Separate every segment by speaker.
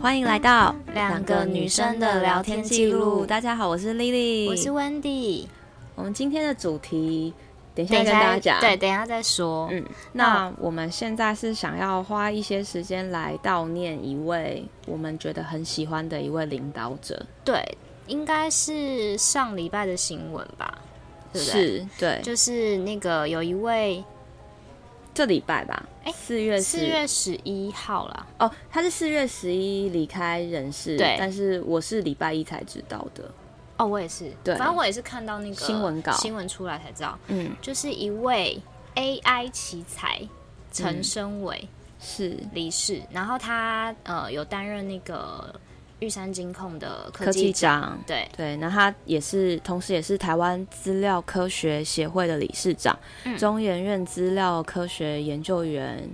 Speaker 1: 欢迎来到
Speaker 2: 两个女生的聊天记录
Speaker 1: 大家好，我是 Lily，
Speaker 2: 我是 Wendy，
Speaker 1: 我们今天的主题，等一下
Speaker 2: 等
Speaker 1: 嗯
Speaker 2: 一
Speaker 1: 跟大家讲。
Speaker 2: 对，等一下再说。
Speaker 1: 嗯，那我们现在是想要花一些时间来悼念一位我们觉得很喜欢的一位领导者，
Speaker 2: 对，应该是上礼拜的新闻吧，对不对？
Speaker 1: 是对，
Speaker 2: 就是那个有一位
Speaker 1: 这礼拜吧，
Speaker 2: 哎
Speaker 1: 四月
Speaker 2: 四
Speaker 1: 10
Speaker 2: 月十一号啦，
Speaker 1: 哦，他是四月十一离开人世，
Speaker 2: 对
Speaker 1: 但是我是礼拜一才知道的，
Speaker 2: 哦，我也是，
Speaker 1: 对
Speaker 2: 反正我也是看到那个
Speaker 1: 新闻稿
Speaker 2: 新闻出来才知道，
Speaker 1: 嗯，
Speaker 2: 就是一位 AI 奇才
Speaker 1: 嗯
Speaker 2: 陈升伟
Speaker 1: 是
Speaker 2: 离世，然后他呃有担任那个玉山金控的科
Speaker 1: 科技
Speaker 2: 技长，
Speaker 1: 长，
Speaker 2: 对，
Speaker 1: 对，那他也是，同时也是台湾资料科学协会的理事长，
Speaker 2: 嗯
Speaker 1: 中研院资料科学研究员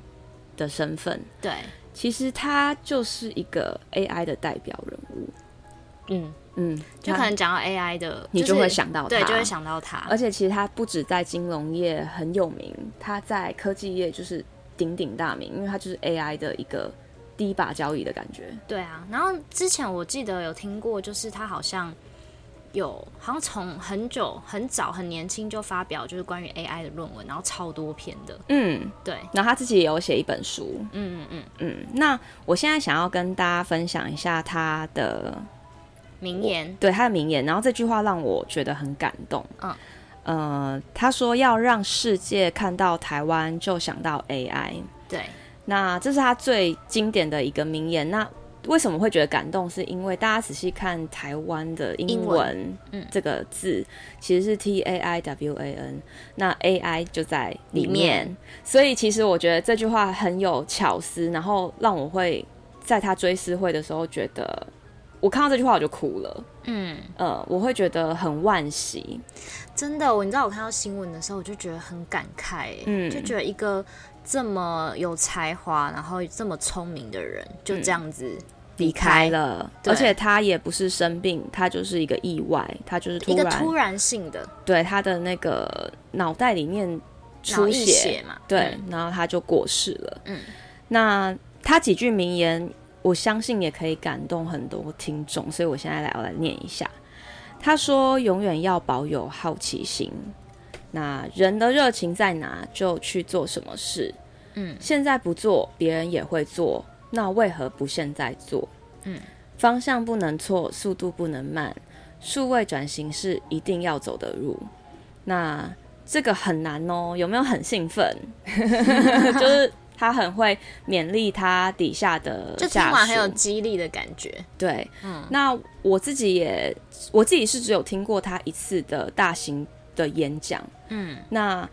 Speaker 1: 的身份。
Speaker 2: 对，
Speaker 1: 其实他就是一个 AI 的代表人物，
Speaker 2: 嗯，
Speaker 1: 嗯，
Speaker 2: 就
Speaker 1: 他
Speaker 2: 可能讲到 AI 的，
Speaker 1: 你
Speaker 2: 就
Speaker 1: 就是会想到他，
Speaker 2: 对，就会。想到他，
Speaker 1: 而且其实他不止在金融业很有名，他在科技业就是鼎鼎大名，因为他就是 AI 的一个第一把交椅的感觉。
Speaker 2: 对啊，然后之前我记得有听过，就是他好像有，好像从很久、很早、很年轻就发表就是关于 AI 的论文，然后超多篇的。
Speaker 1: 嗯，
Speaker 2: 对，
Speaker 1: 然后他自己也有写一本书，
Speaker 2: 嗯嗯嗯，
Speaker 1: 嗯，那我现在想要跟大家分享一下他的
Speaker 2: 名言，
Speaker 1: 对他的名言，然后这句话让我觉得很感动。
Speaker 2: 嗯，
Speaker 1: 呃，他说要让世界看到台湾，就想到 AI。
Speaker 2: 对
Speaker 1: 那这是他最经典的一个名言。那为什么会觉得感动？是因为大家仔细看台湾的英
Speaker 2: 英
Speaker 1: 文
Speaker 2: 文嗯
Speaker 1: 这个字，其实是 T A I W A N，那 A I 就在里面。
Speaker 2: 里面
Speaker 1: 所以其实我觉得这句话很有巧思，然后让我会在他追思会的时候觉得，我看到这句话我就哭了。
Speaker 2: 嗯，
Speaker 1: 呃，我会觉得很惋惜。
Speaker 2: 真的，我你知道我看到新闻的时候，我就觉得很感慨、
Speaker 1: 嗯
Speaker 2: 就觉得一个这么有才华，然后这么聪明的人，就这样子
Speaker 1: 离开了，
Speaker 2: 对
Speaker 1: 而且他也不是生病，他就是一个意外，他就是突
Speaker 2: 一个
Speaker 1: 然
Speaker 2: 突然性的
Speaker 1: 对他的那个脑袋里面
Speaker 2: 脑
Speaker 1: 出
Speaker 2: 溢
Speaker 1: 血，
Speaker 2: 血嘛，
Speaker 1: 对，然后他就过世了。
Speaker 2: 嗯，
Speaker 1: 那他几句名言，我相信也可以感动很多听众，所以我现在来我来念一下。他说：“永远要保有好奇心，那人的热情在哪，就去做什么事。
Speaker 2: 嗯，
Speaker 1: 现在不做，别人也会做，那为何不现在做？
Speaker 2: 嗯，
Speaker 1: 方向不能错，速度不能慢，数位转型是一定要走的路。那这个很难哦，有没有很兴 奋？ 就是他很会勉励他底下的
Speaker 2: 就听
Speaker 1: 下属，
Speaker 2: 完很有激励的感觉。
Speaker 1: 对。
Speaker 2: 嗯
Speaker 1: 那我自己也，我自己是只有听过他一次的大型的演讲。
Speaker 2: 嗯。
Speaker 1: 那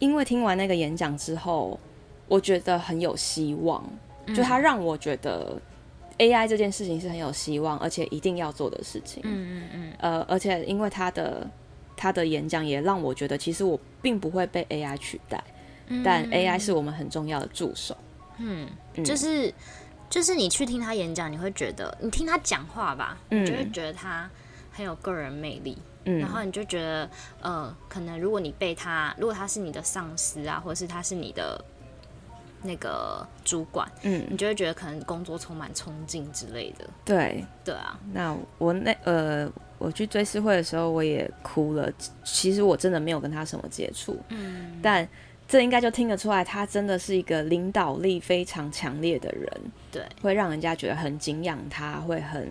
Speaker 1: 因为听完那个演讲之后，我觉得很有希望，
Speaker 2: 嗯
Speaker 1: 就他让我觉得 AI 这件事情是很有希望，而且一定要做的事情。
Speaker 2: 嗯嗯嗯，
Speaker 1: 呃，而且因为他的他的演讲也让我觉得，其实我并不会被 AI 取代，
Speaker 2: 嗯
Speaker 1: 但 AI 是我们很重要的助手。嗯
Speaker 2: 就是就是你去听他演讲，你会觉得你听他讲话吧，
Speaker 1: 嗯
Speaker 2: 你就会觉得他很有个人魅力，
Speaker 1: 嗯
Speaker 2: 然后你就觉得呃，可能如果你被他，如果他是你的上司啊，或者是他是你的。那个主管，
Speaker 1: 嗯，
Speaker 2: 你就会觉得可能工作充满冲劲之类的，
Speaker 1: 对。
Speaker 2: 对啊，
Speaker 1: 那我那呃，我去追思会的时候，我也哭了。其实我真的没有跟他什么接触，
Speaker 2: 嗯，
Speaker 1: 但这应该就听得出来，他真的是一个领导力非常强烈的人，
Speaker 2: 对，
Speaker 1: 会让人家觉得很敬仰他，会很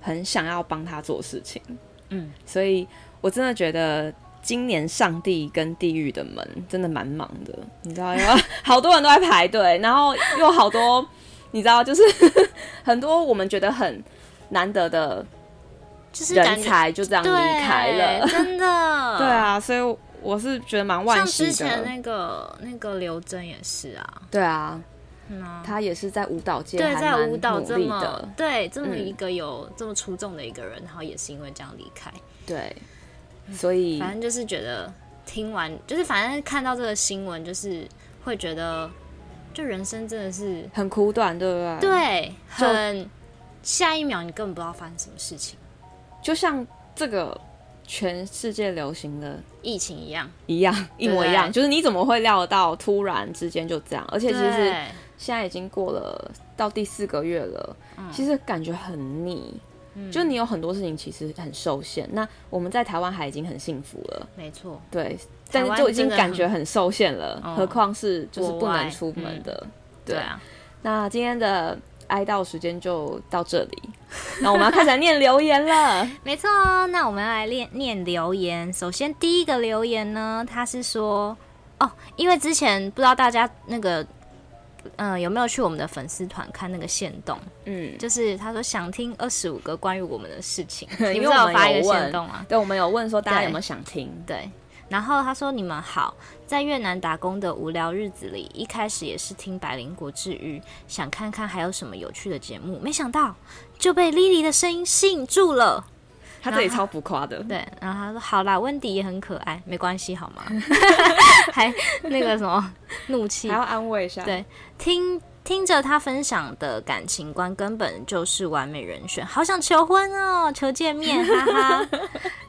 Speaker 1: 很想要帮他做事情。
Speaker 2: 嗯，
Speaker 1: 所以我真的觉得。今年上帝跟地狱的门真的蛮忙的，你知道，要 好多人都在排队，然后又好多，你知道，就是 很多我们觉得很难得的
Speaker 2: 就是感
Speaker 1: 人
Speaker 2: 觉
Speaker 1: 才就这样离
Speaker 2: 对
Speaker 1: 开了。
Speaker 2: 真 的，
Speaker 1: 对，啊，所以我是觉得蛮惋
Speaker 2: 像
Speaker 1: 惜
Speaker 2: 之
Speaker 1: 的
Speaker 2: 前。那个那个刘真也是啊，
Speaker 1: 对啊，
Speaker 2: 嗯啊，
Speaker 1: 他也是在舞蹈界
Speaker 2: 对，
Speaker 1: 还
Speaker 2: 在
Speaker 1: 蛮
Speaker 2: 舞蹈
Speaker 1: 努
Speaker 2: 这
Speaker 1: 力
Speaker 2: 么
Speaker 1: 的，
Speaker 2: 对这么
Speaker 1: 嗯
Speaker 2: 一个有这么出众的一个人，然后也是因为这样离开，
Speaker 1: 对，
Speaker 2: 嗯
Speaker 1: 所以
Speaker 2: 反正就是觉得听完就是反正看到这个新闻，就是会觉得就人生真的是
Speaker 1: 很苦短，对不对？，
Speaker 2: 对
Speaker 1: 就
Speaker 2: 很下一秒你根本不知道发生什么事情，
Speaker 1: 就像这个全世界流行的
Speaker 2: 疫情一样，
Speaker 1: 一样，一模一样，
Speaker 2: 对
Speaker 1: 就是你怎么会料到突然之间就这样？而且
Speaker 2: 对
Speaker 1: 其实现在已经过了到第四个月了，
Speaker 2: 嗯
Speaker 1: 其实感觉很腻。就你有很多事情其实很受限，那我们在台湾还已经很幸福了，
Speaker 2: 没错，
Speaker 1: 对，
Speaker 2: 台
Speaker 1: 但
Speaker 2: 湾
Speaker 1: 是就已经
Speaker 2: 真的
Speaker 1: 感
Speaker 2: 很
Speaker 1: 觉很受限了，
Speaker 2: 哦
Speaker 1: 何况是就是不
Speaker 2: 国外
Speaker 1: 能出门的，
Speaker 2: 对啊，
Speaker 1: 那今天的哀悼时间就到这里，
Speaker 2: 嗯
Speaker 1: 那我们要开始来念留言 了。
Speaker 2: 没错哦。那我们要来念念留言，首先第一个留言呢，他是说哦，因为之前不知道大家那个嗯、呃有没有去我们的粉丝团看那个线动，
Speaker 1: 嗯，
Speaker 2: 就是他说想听二十五个关于我们的事 情，你
Speaker 1: 因为
Speaker 2: 们知道
Speaker 1: 我们
Speaker 2: 发
Speaker 1: 有
Speaker 2: 一个线
Speaker 1: 问
Speaker 2: 动吗？
Speaker 1: 对，我们有问说大家
Speaker 2: 对
Speaker 1: 有没有想听？
Speaker 2: 对。然后他说：“你们好，在越南打工的无聊日子里，一开始也是听百灵果治愈，想看看还有什么有趣的节目，没想到就被 Lily 的声音吸引住了。
Speaker 1: 他这里超浮夸的，
Speaker 2: 对，然后他说：好啦，温迪也很可爱，没关系好吗？还那个什么怒气
Speaker 1: 还要，安慰一下。
Speaker 2: 对听听着他分享的感情观，根本就是完美人选，好想求婚哦，求见面，哈哈。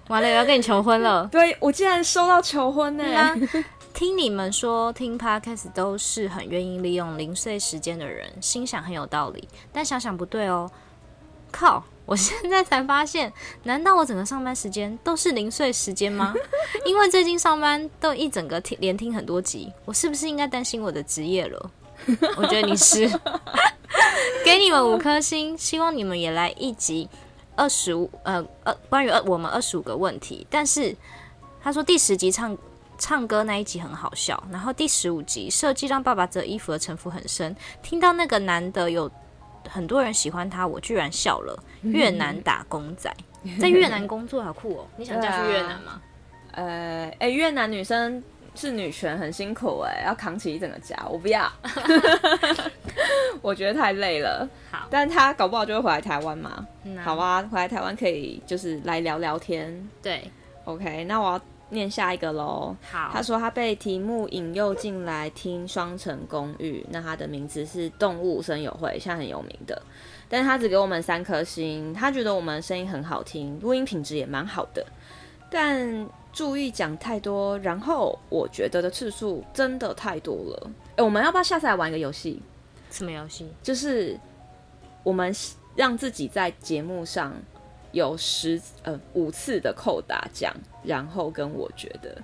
Speaker 2: 完了，我要跟你求婚了。”
Speaker 1: 对我竟然收到求婚呢、
Speaker 2: 那听你们说听 podcast 都是很愿意利用零碎时间的人，心想很有道理，但想想不对哦。靠！我现在才发现，难道我整个上班时间都是零碎时间吗？因为最近上班都一整个听连听很多集，我是不是应该担心我的职业了？我觉得你是，给你们五颗星，希望你们也来一集二十五呃呃关于呃我们二十五个问题。但是他说第十集唱唱歌那一集很好笑，然后第十五集设计让爸爸折衣服的城府很深，听到那个男的有很多人喜欢他，我居然笑了。越南打工仔 在越南工作好酷哦！你想嫁去越南吗？
Speaker 1: 呃，哎、越南女生是女权，很辛苦哎、要扛起一整个家，我不要， 我觉得太累了。
Speaker 2: 好
Speaker 1: 但他搞不好就会回来台湾嘛。
Speaker 2: 嗯
Speaker 1: 好，啊，回来台湾可以就是来聊聊天。
Speaker 2: 对，
Speaker 1: OK，那我要念下一个喽。
Speaker 2: 好，
Speaker 1: 他说他被题目引诱进来听《双城公寓》，那他的名字是动物声友会，现在很有名的。但是他只给我们三颗星，他觉得我们声音很好听，录音品质也蛮好的，但注意讲太多，然后我觉得的次数真的太多了。哎、我们要不要下次来玩一个游戏？
Speaker 2: 什么游戏？
Speaker 1: 就是我们让自己在节目上有十呃五次的扣打奖，然后跟我觉得。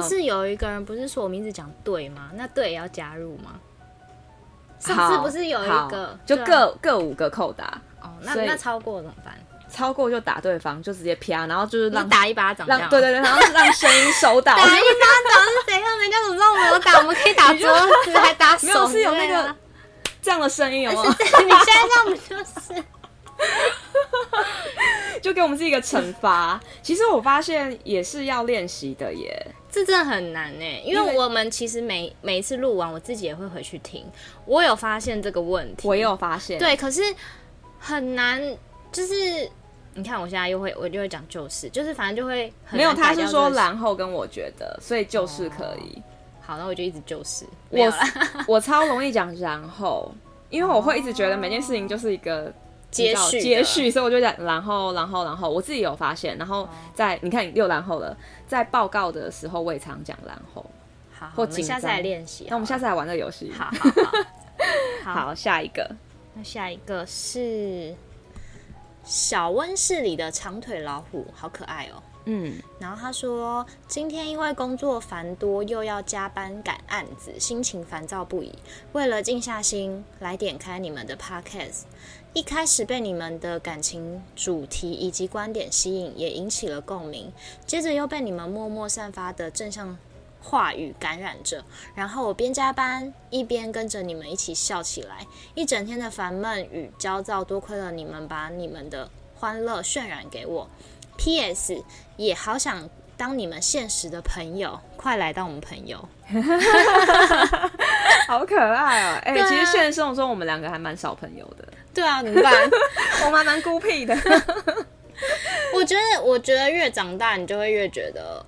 Speaker 1: 嗯
Speaker 2: 次有一个人不是说我名字讲对吗？那对也要加入吗？上次
Speaker 1: 好
Speaker 2: 不是有一
Speaker 1: 好
Speaker 2: 个
Speaker 1: 就
Speaker 2: 对啊
Speaker 1: 各各五个扣打，
Speaker 2: 哦，那
Speaker 1: 所以
Speaker 2: 那超过怎么办？
Speaker 1: 超过就打对方，就直接啪，然后就是
Speaker 2: 你
Speaker 1: 让
Speaker 2: 打一巴掌这样
Speaker 1: 让
Speaker 2: 吗，
Speaker 1: 对对对，然后让声音收 到。
Speaker 2: 打一巴掌是怎样？人家怎么知道我们有打？我们可以打桌子，还打 手
Speaker 1: 没有是有
Speaker 2: 之
Speaker 1: 那
Speaker 2: 类的啊
Speaker 1: 个。这样的声音有没有？
Speaker 2: 你现在这样不就是？
Speaker 1: 就给我们自己一个惩罚。其实我发现也是要练习的耶。
Speaker 2: 这真的很难呢、因
Speaker 1: 因
Speaker 2: 为
Speaker 1: 为
Speaker 2: 我们其实每每一次录完，我自己也会回去听，我有发现这个问题。
Speaker 1: 我也有发现，，
Speaker 2: 对，可是很难，就是你看我现在又会，我就会讲就是，就是反正就会很
Speaker 1: 没有，
Speaker 2: 难
Speaker 1: 他
Speaker 2: 改掉
Speaker 1: 是说
Speaker 2: 这个
Speaker 1: 然后跟我觉得，所以就是可以。
Speaker 2: 好，那我就一直就是 没有
Speaker 1: 我
Speaker 2: 啦，
Speaker 1: 我超容易讲然后，因为我会一直觉得每件事情就是一个
Speaker 2: 接
Speaker 1: 你知道
Speaker 2: 续的
Speaker 1: 接续，所以我就讲然后然后然后，我自己有发现，然
Speaker 2: 哦
Speaker 1: 后在你看又然后了，在报告的时候我也常讲
Speaker 2: 啊
Speaker 1: 然后。
Speaker 2: 好，好
Speaker 1: 或
Speaker 2: 我们
Speaker 1: 紧
Speaker 2: 下次
Speaker 1: 张
Speaker 2: 来练习好了。
Speaker 1: 那我们下次来玩这个游戏。
Speaker 2: 好好好好
Speaker 1: 好，下一个
Speaker 2: 那下一个是小温室里的长腿老虎，好可爱哦。
Speaker 1: 嗯，
Speaker 2: 然后他说，今天因为工作繁多，又要加班赶案子，心情烦躁不已。为了静下心来点开你们的 podcast，一开始被你们的感情主题以及观点吸引，也引起了共鸣。接着又被你们默默散发的正向话语感染着，然后我边加班一边跟着你们一起笑起来。一整天的烦闷与焦躁，多亏了你们把你们的欢乐渲染给我。P.S. 也好想当你们现实的朋友，快来当我们朋友。
Speaker 1: 好可爱哦、哎、
Speaker 2: 对啊
Speaker 1: 其实现实生活中我们两个还蛮少朋友的，
Speaker 2: 对啊，怎么办？
Speaker 1: 我们还蛮孤僻的。
Speaker 2: 我觉得，我觉得越长大，你就会越觉得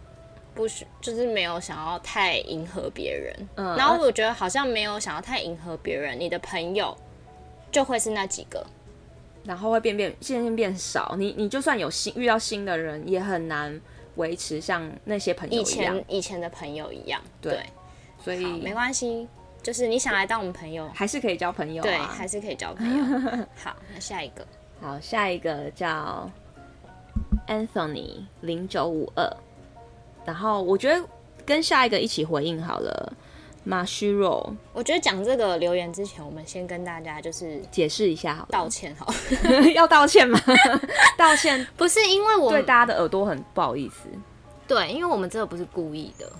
Speaker 2: 不需，就是没有想要太迎合别人。
Speaker 1: 嗯
Speaker 2: 然后我觉得好像没有想要太迎合别人，你的朋友就会是那几个。
Speaker 1: 然后会变变渐渐变少，你你就算有新遇到新的人，也很难维持像那些朋友
Speaker 2: 以
Speaker 1: 一样
Speaker 2: 前。以前的朋友一样。
Speaker 1: 对
Speaker 2: 对，
Speaker 1: 所
Speaker 2: 好，没
Speaker 1: 以
Speaker 2: 关系。就是你想来当我们朋友，
Speaker 1: 还是可以交朋友、啊。
Speaker 2: 对，还是可以交朋 友。好，那下一个，
Speaker 1: 好，下一个叫 Anthony 零九五二，然后我觉得跟下一个一起回应好了。马虚肉，
Speaker 2: 我觉得讲这个留言之前，我们先跟大家就是
Speaker 1: 解释一下好了，
Speaker 2: 道歉好了，
Speaker 1: 要道歉吗？道歉嗯
Speaker 2: 不是因为我
Speaker 1: 对
Speaker 2: 们
Speaker 1: 大家的耳朵很不好意思。
Speaker 2: 对，因为我们这个不是故意的。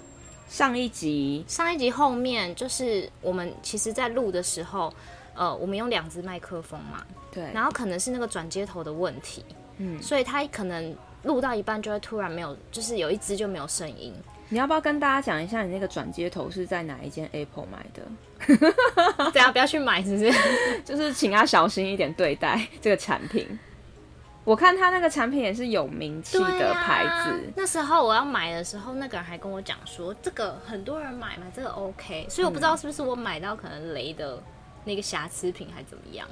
Speaker 1: 上一集
Speaker 2: 上一集后面就是我们其实在录的时候，呃，我们用两只麦克风嘛，
Speaker 1: 对，
Speaker 2: 然后可能是那个转接头的问题，
Speaker 1: 嗯，
Speaker 2: 所以它可能录到一半就会突然没有，就是有一只就没有声音。
Speaker 1: 你要不要跟大家讲一下你那个转接头是在哪一间 Apple 买的？
Speaker 2: 对啊，不要去买，是不是？
Speaker 1: 就是请他小心一点对待这个产品。我看他那个产品也是有名气的牌
Speaker 2: 啊
Speaker 1: 子，。
Speaker 2: 那时候我要买的时候，那个人还跟我讲说，这个很多人买嘛，这个 OK。所以我不知
Speaker 1: 嗯
Speaker 2: 道是不是我买到可能雷的那个瑕疵品还怎么样。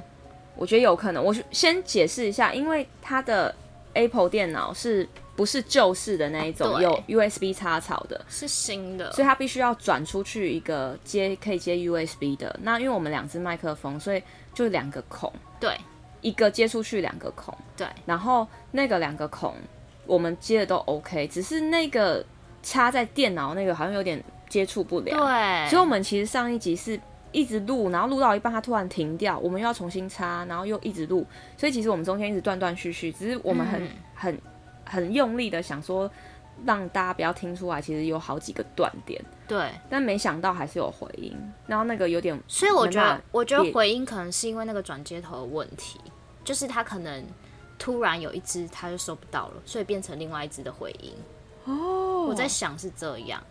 Speaker 1: 我觉得有可能。我先解释一下，因为它的 Apple 电脑是不是旧式的那一种
Speaker 2: 对
Speaker 1: 有 USB 插槽的？
Speaker 2: 是新的，
Speaker 1: 所以它必须要转出去一个接可以接 USB 的。那因为我们两只麦克风，所以就两个孔，
Speaker 2: 对
Speaker 1: 一个接出去两个孔，
Speaker 2: 对，
Speaker 1: 然后那个两个孔我们接的都 OK，只是那个插在电脑那个好像有点接触不了。
Speaker 2: 对，
Speaker 1: 所以我们其实上一集是一直录，然后录到一半它突然停掉，我们又要重新插，然后又一直录，所以其实我们中间一直断断续续，只是我们很、
Speaker 2: 嗯
Speaker 1: 很很用力的想说。让大家不要听出来，其实有好几个断点，
Speaker 2: 对，
Speaker 1: 但没想到还是有回音，然后那个有点，
Speaker 2: 所以我觉
Speaker 1: 没办
Speaker 2: 得
Speaker 1: 法，
Speaker 2: 我觉得
Speaker 1: 也
Speaker 2: 回音可能是因为那个转接头的问题，就是它可能突然有一只它就收不到了，所以变成另外一只的回音。哦，我在想是这样，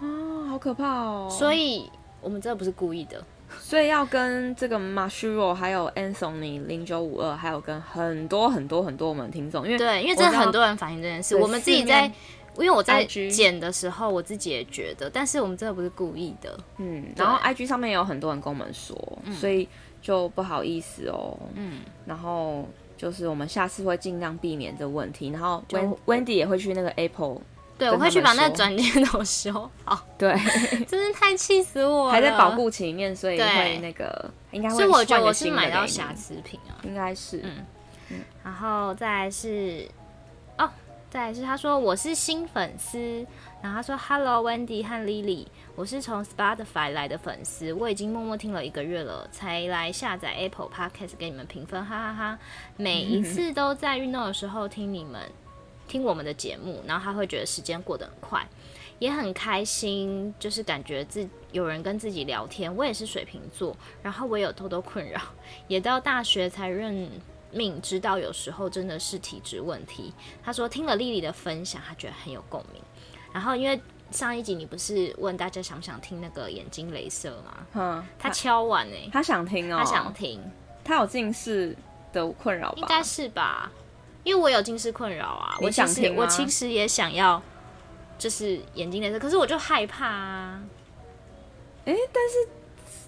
Speaker 1: 啊，好可怕哦！
Speaker 2: 所以我们真的不是故意的。
Speaker 1: 所以要跟这个 Mashiro 还有 Anthony 零九五二，还有跟很多很多很多我们听众，因为
Speaker 2: 对，因为
Speaker 1: 我
Speaker 2: 真
Speaker 1: 知
Speaker 2: 的
Speaker 1: 道
Speaker 2: 很多人反映这件事，
Speaker 1: 对
Speaker 2: 我们自己
Speaker 1: 四面
Speaker 2: 在，因为我在
Speaker 1: IG
Speaker 2: 剪的时候，我自己也觉得，但是我们真的不是故意的。
Speaker 1: 嗯，然后 IG 上面也有很多人跟我们说，所以就不好意思哦。
Speaker 2: 嗯，
Speaker 1: 然后就是我们下次会尽量避免这个问题，然后
Speaker 2: 就
Speaker 1: Wen- Wendy 也会去那个 Apple，
Speaker 2: 对，
Speaker 1: 跟
Speaker 2: 我会去把
Speaker 1: 他
Speaker 2: 那
Speaker 1: 们说
Speaker 2: 转接头 修好，
Speaker 1: 对，
Speaker 2: 真是太气死我 了。
Speaker 1: 还在保，护期里面，所以
Speaker 2: 对
Speaker 1: 会那个应该会
Speaker 2: 所以我觉
Speaker 1: 换
Speaker 2: 得
Speaker 1: 个
Speaker 2: 我是
Speaker 1: 新的
Speaker 2: 买
Speaker 1: 给
Speaker 2: 到
Speaker 1: 你
Speaker 2: 瑕，疵品啊。
Speaker 1: 应该是。
Speaker 2: 嗯然后再来是哦，再来是他说我是新粉丝，然后他说 Hello Wendy 和 Lily，我是从 Spotify 来的粉丝，我已经默默听了一个月了，才来下载 Apple Podcast 给你们评分，哈哈哈每一次都在运动的时候听你们听我们的节目，然后他会觉得时间过得很快。也很开心，就是感觉自有人跟自己聊天。我也是水瓶座，然后我也有偷偷困扰，也到大学才认命知道有时候真的是体质问题。他说听了丽丽的分享，他觉得很有共鸣。然后因为上一集你不是问大家想不想听那个眼睛镭射 吗？
Speaker 1: 嗯，
Speaker 2: 他
Speaker 1: 他
Speaker 2: 敲完哎、欸，
Speaker 1: 他想听哦，
Speaker 2: 他想听，
Speaker 1: 他有近视的困扰吧？
Speaker 2: 应该是吧？因为我有近视困扰啊，
Speaker 1: 你
Speaker 2: 我其
Speaker 1: 想
Speaker 2: 实
Speaker 1: 听吗
Speaker 2: 我其实也想要，就是眼睛镭射，可是我就害怕啊。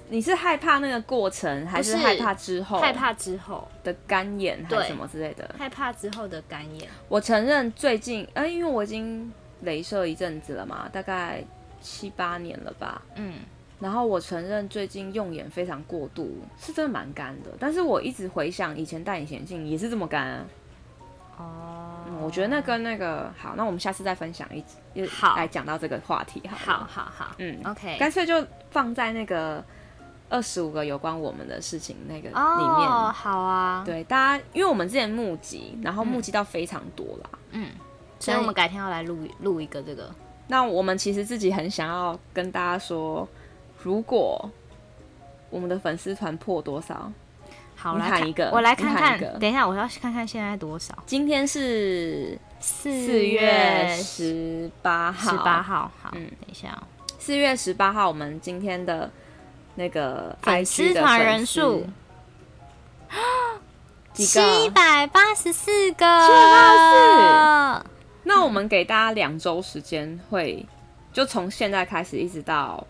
Speaker 1: 你是害怕那个过程，还
Speaker 2: 不是
Speaker 1: 害怕之后
Speaker 2: 害怕之后，
Speaker 1: 的干眼还
Speaker 2: 对
Speaker 1: 是什么之类的？
Speaker 2: 害怕之后的干眼，
Speaker 1: 我承认最近，呃，因为我已经镭射一阵子了嘛，大概七八年了吧。
Speaker 2: 嗯，
Speaker 1: 然后我承认最近用眼非常过度，是真的蛮干的。但是我一直回想以前戴隐形眼镜也是这么干、啊。
Speaker 2: 哦、
Speaker 1: 嗯我觉得那跟那个好，那我们下次再分享一集，也
Speaker 2: 好
Speaker 1: 来讲到这个话题好了
Speaker 2: 好好好，
Speaker 1: 嗯
Speaker 2: ，OK，
Speaker 1: 干脆就放在那个二十五个有关我们的事情那个里面。
Speaker 2: 哦，好啊，
Speaker 1: 对，大家因为我们之前募集，然后募集到非常多啦。
Speaker 2: 嗯，所以我们改天要来录一录一个这个，
Speaker 1: 那我们其实自己很想要跟大家说，如果我们的粉丝团破多少，
Speaker 2: 好
Speaker 1: 你
Speaker 2: 来
Speaker 1: 喊一个
Speaker 2: 我来
Speaker 1: 你
Speaker 2: 看
Speaker 1: 喊
Speaker 2: 看
Speaker 1: 一个，
Speaker 2: 等一下我要去看看现在多少，
Speaker 1: 今天是
Speaker 2: 四
Speaker 1: 四月十八号，
Speaker 2: 十八，号，好，
Speaker 1: 嗯
Speaker 2: 等一下哦、
Speaker 1: 四月十八号，我们今天的那个 IG
Speaker 2: 粉丝
Speaker 1: 的
Speaker 2: 团
Speaker 1: 粉
Speaker 2: 人
Speaker 1: 丝
Speaker 2: 数
Speaker 1: 几
Speaker 2: 七
Speaker 1: 个？
Speaker 2: 百八十四个，
Speaker 1: 784那我们给大家两周时间，会就从现在开始一直到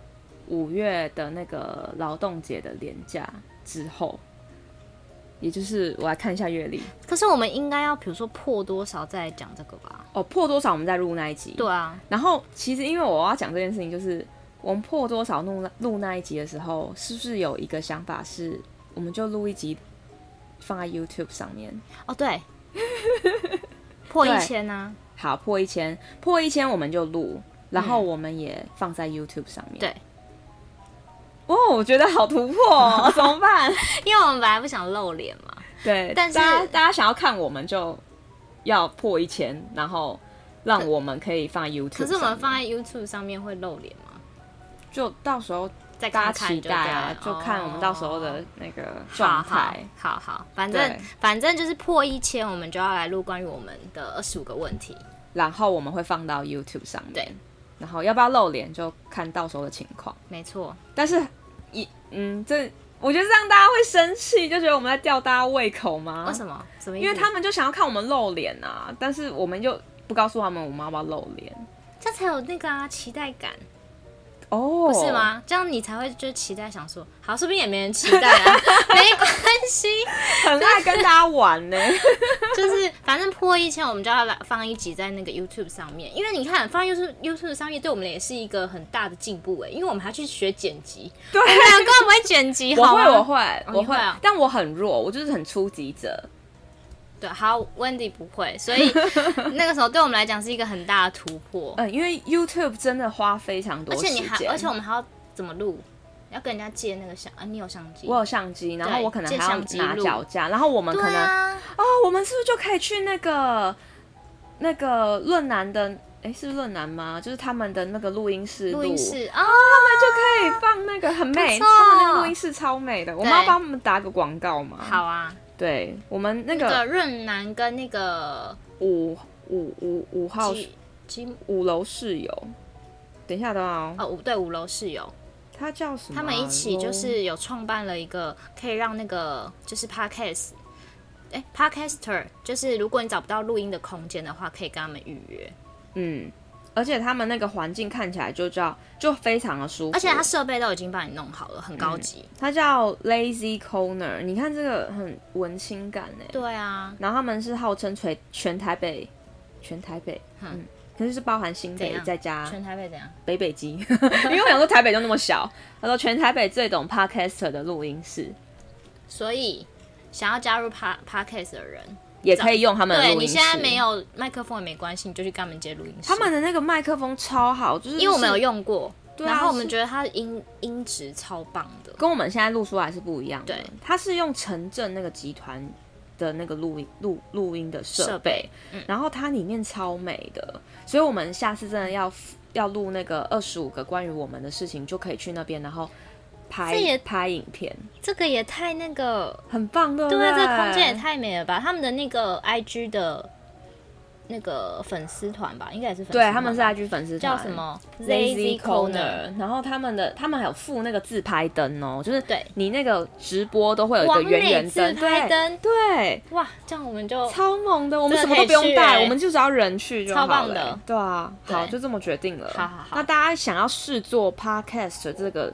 Speaker 1: 五月的那个劳动节的连假之后，也就是我来看一下月历
Speaker 2: 可是我们应该要比如说破多少再讲这个吧？
Speaker 1: 哦，破多少我们再录那一集。
Speaker 2: 对啊，
Speaker 1: 然后其实因为我要讲这件事情，就是我们破多少录那录那一集的时候，是不是有一个想法是，我们就录一集放在 YouTube 上面？
Speaker 2: 哦，对， 破
Speaker 1: 对
Speaker 2: 一千啊，
Speaker 1: 好，破一千，破一千我们就录，然后我们也放在 YouTube 上面。
Speaker 2: 嗯对，
Speaker 1: 哦，我觉得好突破、哦， 怎么办？
Speaker 2: 因为我们本来不想露脸嘛。
Speaker 1: 对，
Speaker 2: 但是
Speaker 1: 大家大家想要看我们就要破一千，然后让我们可以放在 YouTube
Speaker 2: 可是
Speaker 1: 上
Speaker 2: 我们
Speaker 1: 面
Speaker 2: 放在 YouTube 上面会露脸吗？
Speaker 1: 就到时候
Speaker 2: 再
Speaker 1: 大家
Speaker 2: 看看
Speaker 1: 期待啊，
Speaker 2: 对
Speaker 1: 就
Speaker 2: 了
Speaker 1: 看我们到时候
Speaker 2: 哦
Speaker 1: 的那个状态。
Speaker 2: 好好好好，反
Speaker 1: 对
Speaker 2: 正反正就是破一千，我们就要来录关于我们的二十五个问题。
Speaker 1: 然后我们会放到 YouTube 上面。
Speaker 2: 对，
Speaker 1: 然后要不要露脸就看到时候的情况。
Speaker 2: 没错，
Speaker 1: 但是，一嗯，这我觉得这样大家会生气，就觉得我们在吊大家胃口吗？
Speaker 2: 为什？么？什么意思？
Speaker 1: 因为他们就想要看我们露脸啊，但是我们就不告诉他们我们要不要露脸
Speaker 2: 这才有那个啊期待感，
Speaker 1: 哦，
Speaker 2: 不是？吗？这样你才会就期待，想说好，说不定也没人期待 啊，没关系，
Speaker 1: 很爱跟大家玩呢、
Speaker 2: 就是反正破一千，我们就要来放一集在那个 YouTube 上面，因为你看放 YouTube YouTube 上面，对我们也是一个很大的进步哎，因为我们还去学剪 辑，
Speaker 1: 对，
Speaker 2: 我们两个不会剪辑，
Speaker 1: 我
Speaker 2: 好
Speaker 1: 会，
Speaker 2: 吗
Speaker 1: 我会，
Speaker 2: 哦
Speaker 1: 我
Speaker 2: 你会啊
Speaker 1: 但我很弱，我就是很初级者。
Speaker 2: 对，好，Wendy 不会，所以那个时候对我们来讲是一个很大的突破，
Speaker 1: 嗯，因为 YouTube 真的花非常多
Speaker 2: 而
Speaker 1: 时
Speaker 2: 且你
Speaker 1: 间，
Speaker 2: 还，而且我们还要怎么录？要跟人家借那个相啊，你有相机？
Speaker 1: 我有相机，然后
Speaker 2: 对
Speaker 1: 我可能
Speaker 2: 借
Speaker 1: 还要
Speaker 2: 相机
Speaker 1: 拿
Speaker 2: 录
Speaker 1: 脚架，然后我们
Speaker 2: 对
Speaker 1: 可能
Speaker 2: 啊，
Speaker 1: 哦，我们是不是就可以去那个那个论坛的？哎，是论坛吗？就是他们的那个录音室
Speaker 2: 录音室啊，
Speaker 1: 就可以放那个很美，
Speaker 2: 不错
Speaker 1: 他们那个录音室超美的。我们
Speaker 2: 对
Speaker 1: 要帮他们打个广告嘛？，
Speaker 2: 好啊，
Speaker 1: 对我们那
Speaker 2: 那
Speaker 1: 个
Speaker 2: 个润南跟那个
Speaker 1: 五五五五号
Speaker 2: 吉吉
Speaker 1: 五楼室友，等一下等一下哦，
Speaker 2: 哦，五对五楼室友，
Speaker 1: 他叫什么啊？
Speaker 2: 他们一起就
Speaker 1: 楼
Speaker 2: 是有创办了一个可以让那个就是 podcast，哎、p o d c a s t e r 就是如果你找不到录音的空间的话，可以跟他们预约，
Speaker 1: 嗯，而且他们那个环境看起来就叫就非常的舒服，
Speaker 2: 而且他设备都已经帮你弄好了，很高级。
Speaker 1: 它叫 Lazy Corner，你看这个很文青感哎、
Speaker 2: 对啊，
Speaker 1: 然后他们是号称全全台北，全台北，嗯，可是是包含新
Speaker 2: 怎
Speaker 1: 北
Speaker 2: 样
Speaker 1: 再加
Speaker 2: 全台北怎样？
Speaker 1: 北北基， 因为我想说台北就那么小，他说全台北最懂 Podcaster 的录音室，
Speaker 2: 所以想要加入 pa podcast 的人，
Speaker 1: 也可以用他们的
Speaker 2: 对
Speaker 1: 录
Speaker 2: 你
Speaker 1: 音室。
Speaker 2: 现在没，有麦克风也没关系，你就去跟他们接录音室。
Speaker 1: 他们的那个麦克风超好，就是
Speaker 2: 因为我们有
Speaker 1: 是
Speaker 2: 用过，
Speaker 1: 对啊
Speaker 2: 然后我们
Speaker 1: 是
Speaker 2: 觉得它的音音质超棒的。
Speaker 1: 跟我们现在录出来是不一样的，
Speaker 2: 对，
Speaker 1: 它是用城镇那个集团的那个录音录录音的设
Speaker 2: 设
Speaker 1: 备
Speaker 2: 备，嗯
Speaker 1: 然后它里面超美的，所以我们下次真的要要录那个二十五个关于我们的事情，就可以去那边，然后拍
Speaker 2: 这也
Speaker 1: 拍影片，
Speaker 2: 这个也太那个
Speaker 1: 很棒的，
Speaker 2: 对啊，
Speaker 1: 不
Speaker 2: 这个空间也太美了吧！他们的那个 IG 的那个粉丝团吧，应该也是粉丝团
Speaker 1: 对，
Speaker 2: 吧
Speaker 1: 他们是 IG 粉丝
Speaker 2: 叫
Speaker 1: 团
Speaker 2: 什么
Speaker 1: Lazy
Speaker 2: Corner，
Speaker 1: Corner，然后他们的他们还有附那个自拍灯哦，就是
Speaker 2: 对
Speaker 1: 你那个直播都会有一个
Speaker 2: 完
Speaker 1: 圆
Speaker 2: 美
Speaker 1: 圆
Speaker 2: 自
Speaker 1: 灯，
Speaker 2: 拍
Speaker 1: 对
Speaker 2: 灯，
Speaker 1: 对，
Speaker 2: 哇，这样我们就
Speaker 1: 超猛的，我们
Speaker 2: 真
Speaker 1: 什
Speaker 2: 的
Speaker 1: 么
Speaker 2: 可
Speaker 1: 都
Speaker 2: 以
Speaker 1: 不用带，
Speaker 2: 去欸
Speaker 1: 我们就只要人去就好
Speaker 2: 超棒
Speaker 1: 了
Speaker 2: 的
Speaker 1: 对啊，
Speaker 2: 对
Speaker 1: 好，就这么决定了。
Speaker 2: 好好好
Speaker 1: 那大家想要试做 podcast 这个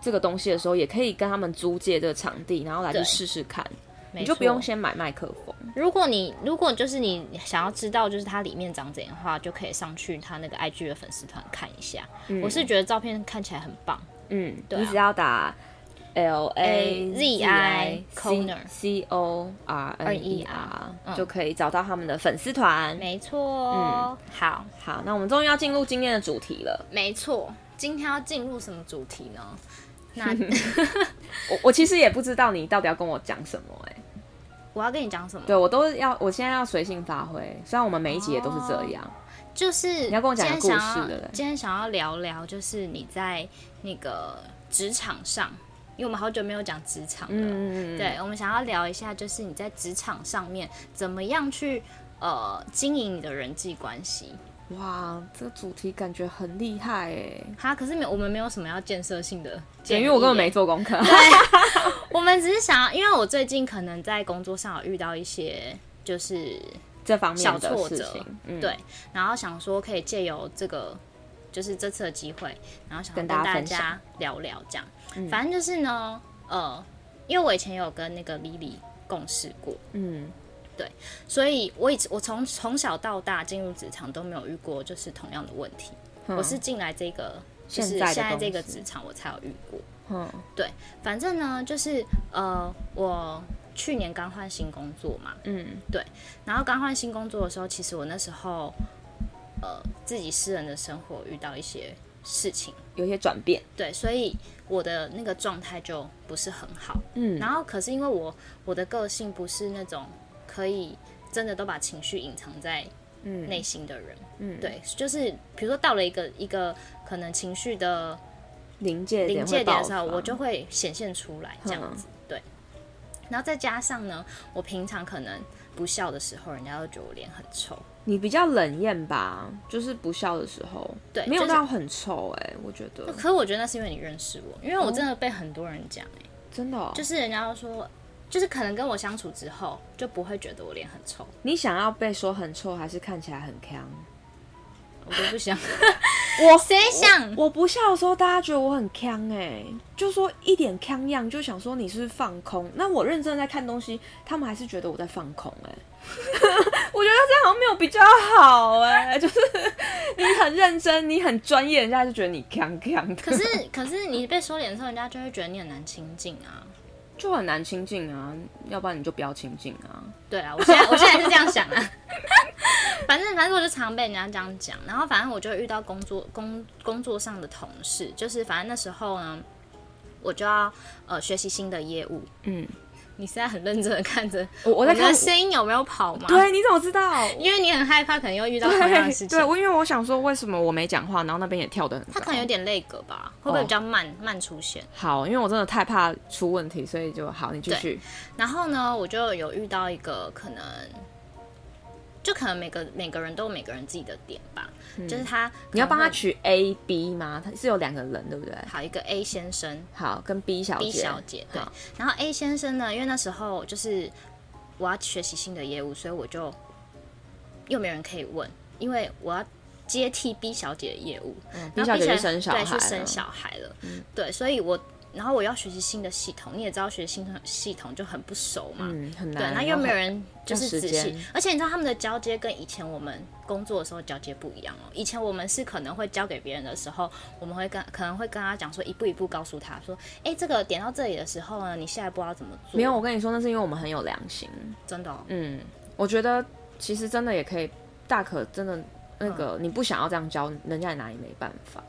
Speaker 1: 这个东西的时候，也可以跟他们租借这个场地，然后来去
Speaker 2: 对
Speaker 1: 试试看。
Speaker 2: 没
Speaker 1: 你就不用
Speaker 2: 错
Speaker 1: 先买麦克风，
Speaker 2: 如果你如果就是你想要知道就是它里面长怎样的话，就可以上去它那个 IG 的粉丝团看一下。我是觉得照片看起来很棒，
Speaker 1: 嗯，
Speaker 2: 对啊
Speaker 1: 你只要打 L A
Speaker 2: Z I Corner
Speaker 1: C O R N E
Speaker 2: R 嗯
Speaker 1: R 就可以找到他们的粉丝团。
Speaker 2: 没
Speaker 1: 嗯
Speaker 2: 错，好，
Speaker 1: 好，那我们终于要进入今天的主题了。
Speaker 2: 没错。今天要进入什么主题 呢？那
Speaker 1: 我我其实也不知道你到底要跟我讲什么、欸，
Speaker 2: 我要跟你讲什么？
Speaker 1: 对我都要，我现在要随性发挥。虽然我们每一集也都是
Speaker 2: 哦
Speaker 1: 这样，
Speaker 2: 就是
Speaker 1: 你要跟我讲个
Speaker 2: 今天
Speaker 1: 故事
Speaker 2: 想要
Speaker 1: 对不对
Speaker 2: 今天想要聊聊，就是你在那个职场上，因为我们好久没有讲职场了，
Speaker 1: 嗯，
Speaker 2: 对，我们想要聊一下，就是你在职场上面怎么样去呃经营你的人际关系。
Speaker 1: 哇，这个主题感觉很厉害哎，
Speaker 2: 哈，可是没有，我们没有什么要建设性的建
Speaker 1: 因
Speaker 2: 议
Speaker 1: 为我根本没
Speaker 2: 耶，
Speaker 1: 做功课，
Speaker 2: 我们只是想要，因为我最近可能在工作上有遇到一些就是
Speaker 1: 这方面
Speaker 2: 小
Speaker 1: 的
Speaker 2: 挫
Speaker 1: 事
Speaker 2: 折
Speaker 1: 情，嗯，
Speaker 2: 对，然后想说可以借由这个就是这次的机会，然后想要
Speaker 1: 跟
Speaker 2: 跟
Speaker 1: 大家
Speaker 2: 大
Speaker 1: 分享嗯
Speaker 2: 家聊聊这样。反正就是呢，呃，因为我以前有跟那个 Lily 共事过，
Speaker 1: 嗯，
Speaker 2: 所以我以我从从小到大进入职场都没有遇过就是同样的问题。
Speaker 1: 嗯
Speaker 2: 我是进来这个就是
Speaker 1: 现在的
Speaker 2: 现在
Speaker 1: 公
Speaker 2: 这个
Speaker 1: 司
Speaker 2: 职场我才有遇过。
Speaker 1: 嗯
Speaker 2: 反正呢，就是呃，我去年刚换新工作嘛，
Speaker 1: 嗯
Speaker 2: 然后刚换新工作的时候，其实我那时候呃自己私人的生活遇到一些事情，
Speaker 1: 有一些转变，
Speaker 2: 对，所以我的那个状态就不是很好。
Speaker 1: 嗯
Speaker 2: 然后可是因为我我的个性不是那种可以真的都把情绪隐藏在
Speaker 1: 嗯
Speaker 2: 内心的人，
Speaker 1: 嗯，
Speaker 2: 对，就是比如说到了一个一个可能情绪的
Speaker 1: 临界
Speaker 2: 临
Speaker 1: 点
Speaker 2: 界
Speaker 1: 会
Speaker 2: 点的
Speaker 1: 爆
Speaker 2: 时候，
Speaker 1: 发嗯
Speaker 2: 我就会显现出来这样子，对。然后再加上呢，我平常可能不笑的时候，人家都觉得我脸很臭，
Speaker 1: 你比较冷艳吧，就是不笑的时候，
Speaker 2: 对
Speaker 1: 没有
Speaker 2: 就是
Speaker 1: 到很臭哎、我觉得
Speaker 2: 可是我觉得那是因为你认识我，因为我真的被很多人讲、欸，
Speaker 1: 真的、哦，
Speaker 2: 就是人家都说，就是可能跟我相处之后就不会觉得我脸很臭，
Speaker 1: 你想要被说很臭，还是看起来很强？
Speaker 2: 我都 不想，
Speaker 1: 我
Speaker 2: 谁想？
Speaker 1: 我不笑的时候，大家觉得我很腔哎、就说一点腔样，就想说你是不是放空。那我认真在看东西，他们还是觉得我在放空哎、 我觉得这样好像没有比较好哎、就是你很认真，你很专业，人家就觉得你腔腔的，
Speaker 2: 可是可是你被说脸臭，人家就会觉得你很难亲近啊。
Speaker 1: 就很难亲近啊。要不然你就不要亲近啊。
Speaker 2: 对啊，我现在我现在是这样想啊。 反正反正我就常被人家这样讲，然后反正我就遇到工作工工作上的同事，就是反正那时候呢，我就要呃学习新的业务。
Speaker 1: 嗯，
Speaker 2: 你现在很认真的看着
Speaker 1: 我我在
Speaker 2: 你的
Speaker 1: 看，
Speaker 2: 声音有没有跑吗？，
Speaker 1: 对，你怎么知 道？
Speaker 2: 因为你很害怕，可能又遇到同样的事
Speaker 1: 对，
Speaker 2: 情
Speaker 1: 对，。我因为我想说，为什么我没讲话，然后那边也跳的很高。
Speaker 2: 他可能有点累格吧，
Speaker 1: 哦
Speaker 2: 会不会比较慢、慢出现？
Speaker 1: 好，因为我真的太怕出问题，所以就好，你继续。
Speaker 2: 然后呢，我就有遇到一个可能，就可能每个每个人都有每个人自己的点吧，就是他
Speaker 1: 嗯你要帮他
Speaker 2: 取
Speaker 1: 取 A、B 吗？他是有两个人，对不对？
Speaker 2: 好一个 A 先生
Speaker 1: 好，跟 B 小姐。
Speaker 2: ，B 小姐对
Speaker 1: 好，
Speaker 2: 然后 A 先生呢，因为那时候就是我要学习新的业务，所以我就又没人可以问，因为我要。接替 B 小姐的业务，
Speaker 1: 嗯，B
Speaker 2: 然后
Speaker 1: 小
Speaker 2: B
Speaker 1: 姐去生小孩了，
Speaker 2: 对，
Speaker 1: 嗯
Speaker 2: 去生小孩了，对，所以我然后我要学习新的系统，你也知道学习新的系统就很不熟嘛，
Speaker 1: 嗯，很
Speaker 2: 对，
Speaker 1: 难。
Speaker 2: 那又没有人就是仔
Speaker 1: 要时
Speaker 2: 细
Speaker 1: 间，
Speaker 2: 而且你知道他们的交接跟以前我们工作的时候交接不一样哦。以前我们是可能会交给别人的时候，我们会跟可能会跟他讲说一步一步告诉他说，哎，这个点到这里的时候呢，你下一步要怎么做？
Speaker 1: 没有。我跟你说，那是因为我们很有良心。
Speaker 2: 真的、哦，
Speaker 1: 嗯，我觉得其实真的也可以，大可真的那个你不想要这样教，人家也拿你没办法。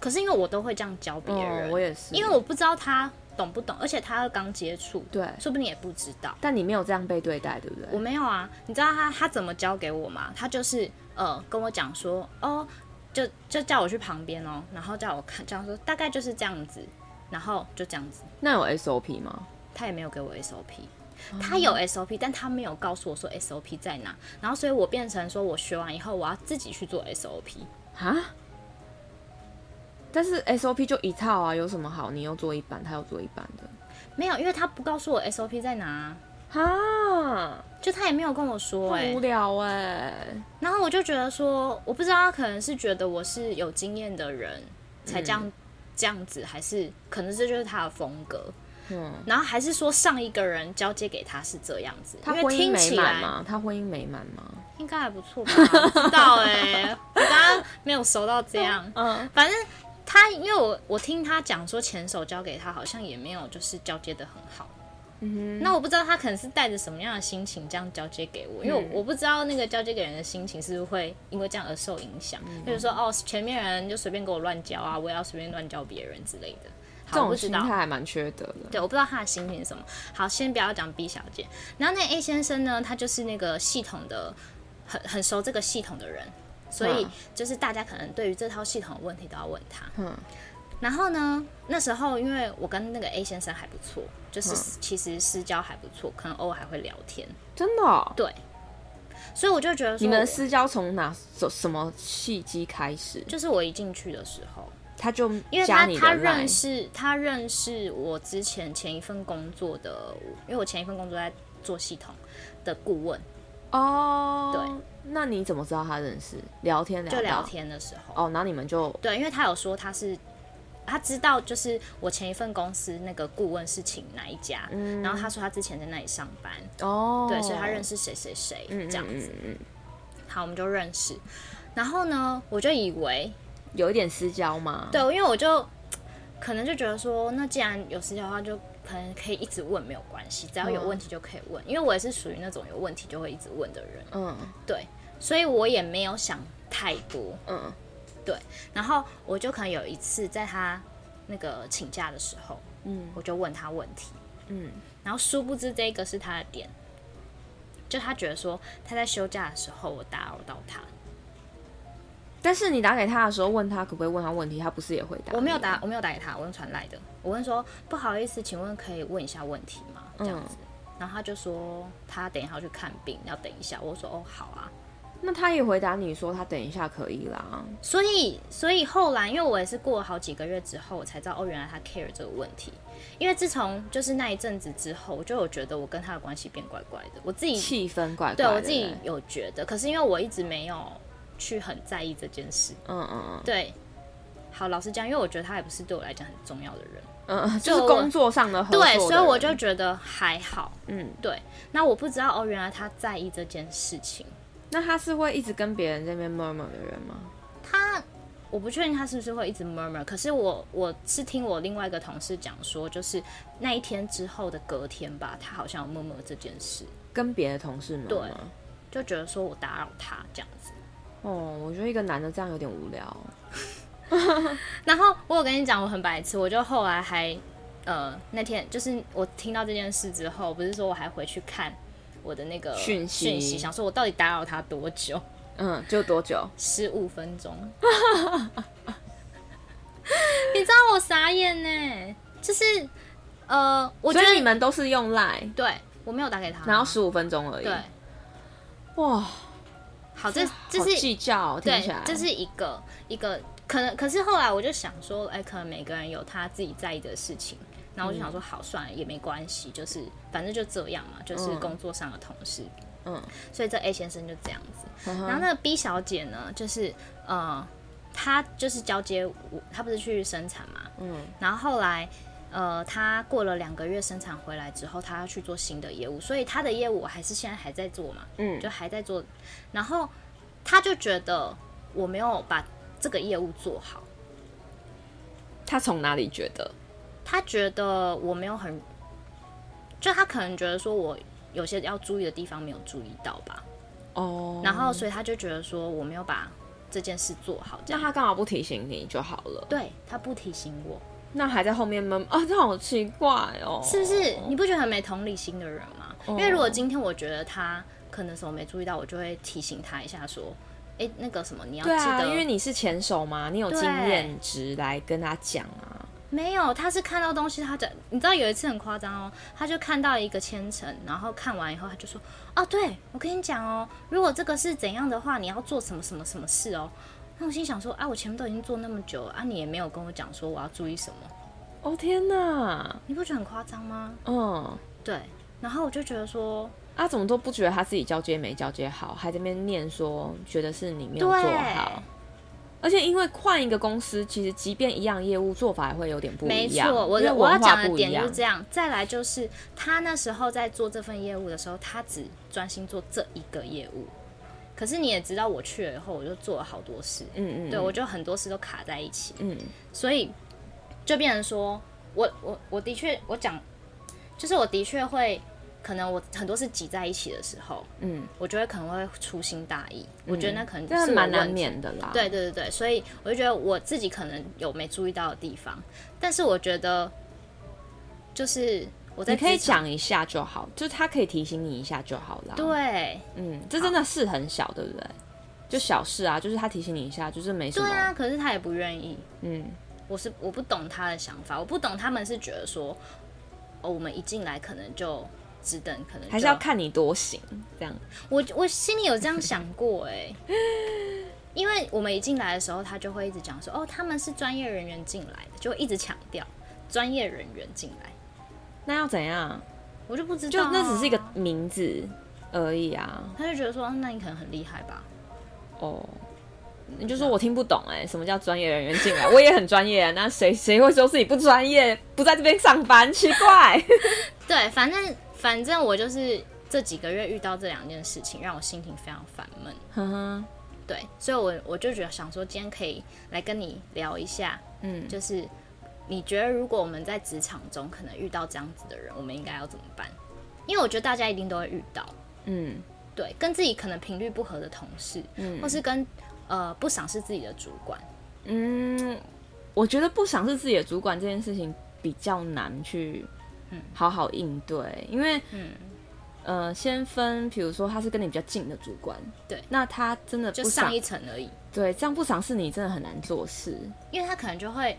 Speaker 2: 可是因为我都会这样教别人，
Speaker 1: 嗯，我也是，
Speaker 2: 因为我不知道他懂不懂，而且他刚接触，
Speaker 1: 对，
Speaker 2: 说不定也不知道。
Speaker 1: 但你没有这样被对待，对不对？
Speaker 2: 我没有啊，你知道他他怎么教给我吗？他就是呃跟我讲说，哦，就就叫我去旁边哦，然后叫我看，这样说大概就是这样子，然后就这样子，
Speaker 1: 那有 SOP 吗？
Speaker 2: 他也没有给我 SOP。他有 SOP，但他没有告诉我说 SOP 在哪，然后所以我变成说我学完以后我要自己去做 SOP，
Speaker 1: 啊？但是 SOP 就一套啊，有什么好？你又做一半，他又做一半的，
Speaker 2: 没有，因为他不告诉我 SOP 在哪啊，
Speaker 1: 哈，
Speaker 2: 就他也没有跟我说、
Speaker 1: 很
Speaker 2: 欸，
Speaker 1: 无聊哎、
Speaker 2: 然后我就觉得说，我不知道他可能是觉得我是有经验的人才
Speaker 1: 嗯
Speaker 2: 这样、这样子，还是可能这就是他的风格。
Speaker 1: 嗯，
Speaker 2: 然后还是说上一个人交接给他是这样子，
Speaker 1: 他
Speaker 2: 因为
Speaker 1: 婚姻
Speaker 2: 听
Speaker 1: 美
Speaker 2: 起
Speaker 1: 满
Speaker 2: 来
Speaker 1: 吗？他婚姻美满吗？
Speaker 2: 应该还不错吧？不知道哎、 我刚刚没有熟到这样。
Speaker 1: 嗯，
Speaker 2: 反正他，因为我我听他讲说前手交给他，好像也没有就是交接的很好。嗯那我不知道他可能是带着什么样的心情这样交接给我，因为我我不知道那个交接给人的心情是不是会因为这样而受影响，比如说哦前面人就随便给我乱教啊，我也要随便乱教别人之类的。
Speaker 1: 这
Speaker 2: 好，我
Speaker 1: 种
Speaker 2: 不知
Speaker 1: 心
Speaker 2: 道
Speaker 1: 态。还蛮缺德的。
Speaker 2: 对，我不知道他的心情是什么。好，先不要讲 B 小姐。然后那 A 先生呢，他就是那个系统的很很熟这个系统的人，所以
Speaker 1: 嗯
Speaker 2: 就是大家可能对于这套系统的问题都要问他。
Speaker 1: 嗯
Speaker 2: 然后呢，那时候因为我跟那个 A 先生还不错，就是
Speaker 1: 嗯
Speaker 2: 其实私交还不错，可能偶尔还会聊天，
Speaker 1: 真的哦、
Speaker 2: 对。所以我就觉得说
Speaker 1: 你们
Speaker 2: 我
Speaker 1: 的私交从哪什什么契机开始？
Speaker 2: 就是我一进去的时候，
Speaker 1: 他就
Speaker 2: 因为
Speaker 1: 加
Speaker 2: 他
Speaker 1: 你的
Speaker 2: 他
Speaker 1: line
Speaker 2: 认识他认识我之前前一份工作的，因为我前一份工作在做系统的顾问，
Speaker 1: 哦，
Speaker 2: 对，
Speaker 1: 那你怎么知道他认识？聊天聊
Speaker 2: 就聊
Speaker 1: 到
Speaker 2: 天的时候，
Speaker 1: 哦，然后你们就
Speaker 2: 对，因为他有说他是他知道就是我前一份公司那个顾问是请哪一家，然后他说他之前在那里上班，
Speaker 1: 嗯哦，嗯
Speaker 2: 对，所以他认
Speaker 1: 识
Speaker 2: 识谁谁谁这样
Speaker 1: 嗯
Speaker 2: 子。
Speaker 1: 嗯嗯嗯
Speaker 2: 好，我们就认识。然后呢，我就以为
Speaker 1: 有一点私交吗？
Speaker 2: 对，因为我就可能就觉得说，那既然有私交的话，就可能可以一直问没有关系，只要
Speaker 1: 嗯
Speaker 2: 有问题就可以问，因为我也是属于那种有问题就会一直问的人，
Speaker 1: 嗯
Speaker 2: 对，所以我也没有想太多。
Speaker 1: 嗯
Speaker 2: 然后我就可能有一次在他那个请假的时候，
Speaker 1: 嗯
Speaker 2: 我就问他问题，
Speaker 1: 嗯
Speaker 2: 然后殊不知这个是他的点，就他觉得说他在休假的时候我打扰到他，
Speaker 1: 但是你打给他的时候，问他可不可以问他问题，他不是也回答？
Speaker 2: 我没有打，，我没有打给他，我用传来的。我问说不好意思，请问可以问一下问题吗？这样子，然后他就说他等一下要去看病，要等一下。我说哦，好啊。
Speaker 1: 那他也回答你说他等一下可以啦。
Speaker 2: 所以，所以后来，因为我也是过了好几个月之后，我才知道哦，原来他 care 这个问题。因为自从就是那一阵子之后，我就有觉得我跟他的关系变怪怪的，我自己
Speaker 1: 气氛怪怪的，
Speaker 2: 对我自己有觉得，可是因为我一直没有去很在意这件事。
Speaker 1: 嗯嗯
Speaker 2: 对，好，老实讲，因为我觉得他也不是对我来讲很重要的人。
Speaker 1: 嗯嗯，
Speaker 2: 就
Speaker 1: 就是
Speaker 2: 我
Speaker 1: 工作上的合作的
Speaker 2: 对，
Speaker 1: 人
Speaker 2: 所以我就觉得还好。
Speaker 1: 嗯，
Speaker 2: 对，那我不知道哦，原来他在意这件事情。
Speaker 1: 那他是会一直跟别人这边 murmur 的人吗？
Speaker 2: 他我不确定他是不是会一直 murmur，可是我我是听我另外一个同事讲说，就是那一天之后的隔天吧，他好像有 murmur 这件事，
Speaker 1: 跟别的同事们吗？
Speaker 2: 对就觉得说我打扰他这样子。
Speaker 1: 哦，我觉得一个男的这样有点无聊。
Speaker 2: 然后我有跟你讲，我很白痴，我就后来还呃那天就是我听到这件事之后，不是说我还回去看我的那个
Speaker 1: 讯息
Speaker 2: 讯息，想说我到底打扰他多久。
Speaker 1: 嗯，就多久？
Speaker 2: 十五分钟， 你知道我傻眼呢，就是呃，我觉
Speaker 1: 所
Speaker 2: 得
Speaker 1: 以你们都是用 line，
Speaker 2: 对我没有打给他，
Speaker 1: 然后十五分钟而已。
Speaker 2: 对，
Speaker 1: 哇，
Speaker 2: 好，这这
Speaker 1: 好
Speaker 2: 是
Speaker 1: 计较哦，听
Speaker 2: 对
Speaker 1: 起来，
Speaker 2: 这是一个一个可能，可是后来我就想说，哎、可能每个人有他自己在意的事情，然
Speaker 1: 嗯
Speaker 2: 后我就想说，好，算了，也没关系，就是反正就这样嘛，就是
Speaker 1: 嗯
Speaker 2: 工作上的同事，
Speaker 1: 嗯，
Speaker 2: 所以这 A 先生就这样子，
Speaker 1: 嗯哼
Speaker 2: 然后那个 B 小姐呢，就是呃，她就是交接我，她不是去生产嘛，
Speaker 1: 嗯，
Speaker 2: 然后后来呃，她过了两个月生产回来之后，她要去做新的业务，所以她的业务我还是现在还在做嘛，
Speaker 1: 嗯
Speaker 2: 就还在做，然后她就觉得我没有把这个业务做好，
Speaker 1: 他从哪里觉得？
Speaker 2: 她觉得我没有很，就她可能觉得说我有些要注意的地方没有注意到吧，
Speaker 1: 哦，
Speaker 2: 然后所以她就觉得说我没有把这件事做好，这
Speaker 1: 那
Speaker 2: 样。
Speaker 1: 他干嘛不提醒你就好了？
Speaker 2: 对他不提醒我，
Speaker 1: 那还在后面闷啊，这好奇怪哦，
Speaker 2: 是不是？你不觉得很没同理心的人吗？因为如果今天我觉得他可能什么没注意到，我就会提醒他一下，说，哎、那个什么，你要记
Speaker 1: 对
Speaker 2: 得，
Speaker 1: 啊，因为你是前手嘛，你有
Speaker 2: 对
Speaker 1: 经验值来跟他讲啊。
Speaker 2: 没有，他是看到东西，他讲，你知道有一次很夸张哦，他就看到一个千层，然后看完以后他就说，哦，对我跟你讲哦，如果这个是怎样的话，你要做什么什么什么事哦。那我心想说，啊，我前面都已经做那么久了啊，你也没有跟我讲说我要注意什么，
Speaker 1: 哦天哪，
Speaker 2: 你不觉得很夸张吗？
Speaker 1: 嗯，
Speaker 2: 对，然后我就觉得说，
Speaker 1: 啊怎么都不觉得他自己交接没交接好，还在那边念说觉得是你没有做好。而且因为换一个公司，其实即便一样业务做法也会有点不
Speaker 2: 嗯没
Speaker 1: 一样，
Speaker 2: 错，我
Speaker 1: 因为
Speaker 2: 我要
Speaker 1: 文
Speaker 2: 讲
Speaker 1: 化
Speaker 2: 的
Speaker 1: 不一
Speaker 2: 点就
Speaker 1: 样
Speaker 2: 是。这样。再来就是他那时候在做这份业务的时候，他只专心做这一个业务。可是你也知道，我去了以后，我就做了好多事，
Speaker 1: 嗯嗯，
Speaker 2: 对我就很多事都卡在一起，
Speaker 1: 嗯
Speaker 2: 所以就变成说我我我的确我讲，就是我的确会可能我很多事挤在一起的时候，
Speaker 1: 嗯，
Speaker 2: 我觉得可能会粗心大意，我觉得那可能
Speaker 1: 这样
Speaker 2: 是我
Speaker 1: 蛮难
Speaker 2: 问题
Speaker 1: 免的啊啦。
Speaker 2: 对对对对，所以我就觉得我自己可能有没注意到的地方，但是我觉得就是我在
Speaker 1: 你可以
Speaker 2: 职场
Speaker 1: 讲啊一下就好，就他可以提醒你一下就好啦。，
Speaker 2: 对
Speaker 1: 嗯，这真的是很小，对不对？就小事啊，就是他提醒你一下，就是没什
Speaker 2: 对
Speaker 1: 么。
Speaker 2: 啊，可是他也不愿意，
Speaker 1: 嗯，
Speaker 2: 我是我不懂他的想法，我不懂他们是觉得说哦，我们一进来可能就只等，可能就
Speaker 1: 还是要看你多行这样。
Speaker 2: 我我心里有这样想过哎、 因为我们一进来的时候，他就会一直讲说哦，他们是专业人员进来的，就会一直强调专业人员进来，
Speaker 1: 那要怎样？
Speaker 2: 我就不知
Speaker 1: 就
Speaker 2: 道啊、
Speaker 1: 那只是一个名字而已啊。
Speaker 2: 他就觉得说，哦那你可能很厉害吧？
Speaker 1: 哦，你就说我听不懂哎、什么叫专业人员进来？ 我也很专业、啊，那谁谁会说自己不专业，不在这边上班？奇怪。
Speaker 2: 对，反正反正我就是这几个月遇到这两件事情，让我心情非常烦闷。
Speaker 1: 哼哼，
Speaker 2: 对，所以我我就觉得想说，今天可以来跟你聊一下，
Speaker 1: 嗯，
Speaker 2: 就是你觉得如果我们在职场中可能遇到这样子的人，我们应该要怎么办？因为我觉得大家一定都会遇到，
Speaker 1: 嗯
Speaker 2: 对，跟自己可能频率不合的同事，
Speaker 1: 嗯
Speaker 2: 或是跟呃不赏识自己的主管，
Speaker 1: 嗯，我觉得不赏识自己的主管这件事情比较难去
Speaker 2: 嗯
Speaker 1: 好好应对，因为
Speaker 2: 嗯，
Speaker 1: 呃，先分，比如说他是跟你比较近的主管，
Speaker 2: 对
Speaker 1: 那他真的
Speaker 2: 就
Speaker 1: 不赏
Speaker 2: 上一层而已，
Speaker 1: 对，这样不赏识你真的很难做事。
Speaker 2: 因为他可能就会。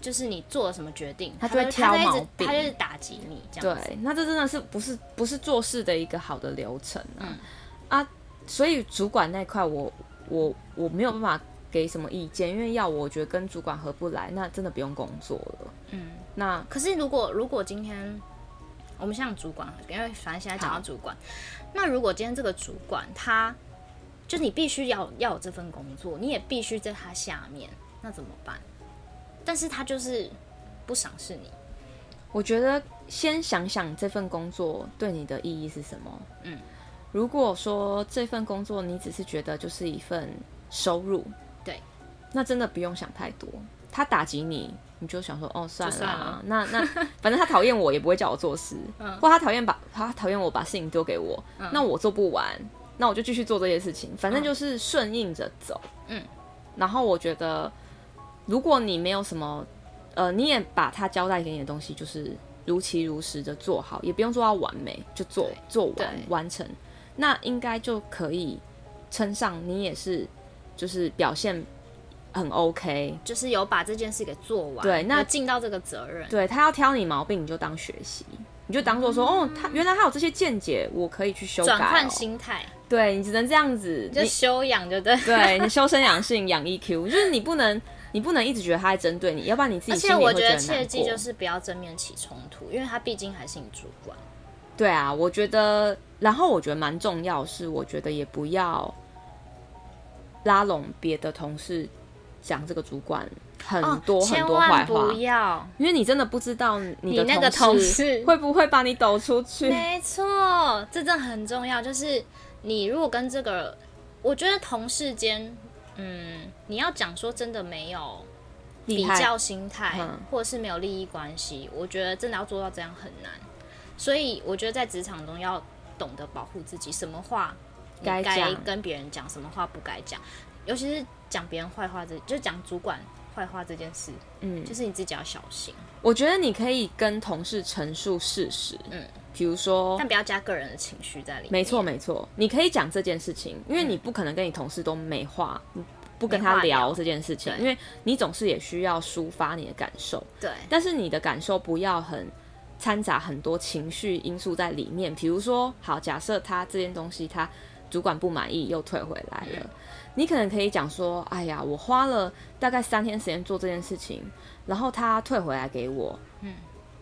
Speaker 2: 就是你做了什么决定，
Speaker 1: 他
Speaker 2: 他
Speaker 1: 就会挑
Speaker 2: 他就一直
Speaker 1: 毛病
Speaker 2: 他就是打击你这样子。
Speaker 1: 对，那这真的是不是不是做事的一个好的流程啊、
Speaker 2: 嗯
Speaker 1: 啊！所以主管那一块，我我我没有办法给什么意见，因为要我觉得跟主管合不来，那真的不用工作了。
Speaker 2: 嗯，
Speaker 1: 那
Speaker 2: 可是如果如果今天我们像主管，因为反正现在讲到主管，那如果今天这个主管他就你必须要要有这份工作，你也必须在他下面，那怎么办？但是他就是不赏识你，
Speaker 1: 我觉得先想想这份工作对你的意义是什么。
Speaker 2: 嗯，
Speaker 1: 如果说这份工作你只是觉得就是一份收入，
Speaker 2: 对，
Speaker 1: 那真的不用想太多。他打击你，你就想说哦算了
Speaker 2: 就算
Speaker 1: 啊
Speaker 2: 了，嗯
Speaker 1: 那那反正他讨厌我也不会叫我做事，或他讨厌把他讨厌我把事情丢给我，那我做不完，那我就继续做这些事情，反正就是顺应着走。
Speaker 2: 嗯，
Speaker 1: 然后我觉得，如果你没有什么，呃，你也把他交代给你的东西就是如期如实的做好，也不用做到完美，就做
Speaker 2: 对
Speaker 1: 做完
Speaker 2: 对
Speaker 1: 完成，那应该就可以称上你也是就是表现很 OK。
Speaker 2: 就是有把这件事给做完，
Speaker 1: 对那
Speaker 2: 有尽到这个责任，
Speaker 1: 对他要挑你毛病，你就当学习，你就当做说、哦，他原来他有这些见解，我可以去修改、哦。
Speaker 2: 嗯转换心态，
Speaker 1: 对你只能这样子，
Speaker 2: 就
Speaker 1: 你
Speaker 2: 修养，就对。
Speaker 1: 对你修身养性养 EQ，就是你不能你不能一直觉得他在针对你，要不然你自己
Speaker 2: 而
Speaker 1: 心
Speaker 2: 且
Speaker 1: 里
Speaker 2: 我
Speaker 1: 会
Speaker 2: 觉
Speaker 1: 得
Speaker 2: 得
Speaker 1: 很难
Speaker 2: 切记
Speaker 1: 过
Speaker 2: 就是不要正面起冲突，因为他毕竟还是你主管。
Speaker 1: 对啊，我觉得，然后我觉得蛮重要是，我觉得也不要拉拢别的同事讲这个主管很多、
Speaker 2: 哦、
Speaker 1: 很
Speaker 2: 千
Speaker 1: 多坏
Speaker 2: 万
Speaker 1: 话
Speaker 2: 不，要，
Speaker 1: 因为你真的不知道你的
Speaker 2: 你那个同事
Speaker 1: 会不会把你抖出 去。
Speaker 2: 没错，这真的很重要。就是你如果跟这个，我觉得同事间，嗯，你要讲说真的没有比
Speaker 1: 厉害
Speaker 2: 较心态，
Speaker 1: 嗯
Speaker 2: 或者是没有利益关系，我觉得真的要做到这样很难。所以我觉得在职场中要懂得保护自己，什么话你
Speaker 1: 该
Speaker 2: 该
Speaker 1: 讲
Speaker 2: 跟别人讲，什么话不该讲，尤其是讲别人坏话这，就讲主管坏话这件事，
Speaker 1: 嗯，哦
Speaker 2: 就是你自己要小心，
Speaker 1: 我觉得你可以跟同事陈述事实，
Speaker 2: 嗯
Speaker 1: 比如说
Speaker 2: 但不要加个人的情绪在里面。
Speaker 1: 没错，没错，你可以讲这件事情，因为你不可能跟你同事都没话，你不跟
Speaker 2: 嗯没
Speaker 1: 他
Speaker 2: 话聊
Speaker 1: 聊这件事情，
Speaker 2: 对
Speaker 1: 因为你总是也需要抒发你的感受，
Speaker 2: 对。
Speaker 1: 但是你的感受不要很掺杂很多情绪因素在里面。比如说，好，假设他这件东西他主管不满意又退回来了，
Speaker 2: 嗯
Speaker 1: 你可能可以讲说，哎呀，我花了大概三天时间做这件事情，然后他退回来给我，
Speaker 2: 嗯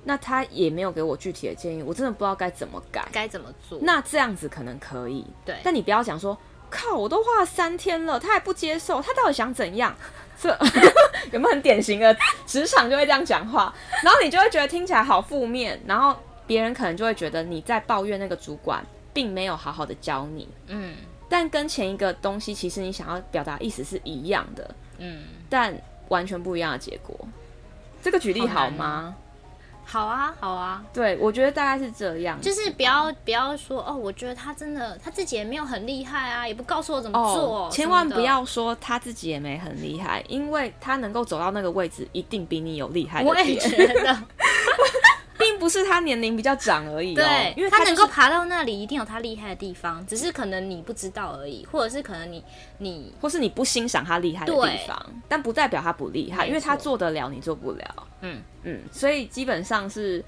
Speaker 1: 那他也没有给我具体的建议，我真的不知道该怎么改。
Speaker 2: 该怎么做。
Speaker 1: 那这样子可能可以，
Speaker 2: 对
Speaker 1: 但你不要讲说，靠，我都花了三天了，他还不接受，他到底想怎样？ 这有没有很典型的职场就会这样讲 话？然后你就会觉得听起来好负面，然后别人可能就会觉得你在抱怨那个主管并没有好好的教你，
Speaker 2: 嗯
Speaker 1: 但跟前一个东西其实你想要表达意思是一样的，
Speaker 2: 嗯，
Speaker 1: 但完全不一样的结果。这个举例好
Speaker 2: 好难哦
Speaker 1: 吗？
Speaker 2: 好啊好啊，
Speaker 1: 对，我觉得大概是这样。
Speaker 2: 就是不要不要说哦，我觉得他真的他自己也没有很厉害啊，也不告诉我怎么做，
Speaker 1: 哦千万
Speaker 2: 什么
Speaker 1: 不。
Speaker 2: 的
Speaker 1: 要说他自己也没很厉害，因为他能够走到那个位置，一定比你有厉害的
Speaker 2: 我也
Speaker 1: 点，
Speaker 2: 觉得，
Speaker 1: 并不是他年龄比较长而已、哦。
Speaker 2: 对，
Speaker 1: 因为
Speaker 2: 他
Speaker 1: 就
Speaker 2: 能
Speaker 1: 是
Speaker 2: 够爬到那里，一定有他厉害的地方，只是可能你不知道而已，或者是可能你你
Speaker 1: 或是你不欣赏他厉害的
Speaker 2: 对
Speaker 1: 地方，但不代表他不厉害，
Speaker 2: 没
Speaker 1: 因为他
Speaker 2: 错
Speaker 1: 做得了，你做不了。
Speaker 2: 嗯
Speaker 1: 嗯，所以基本上是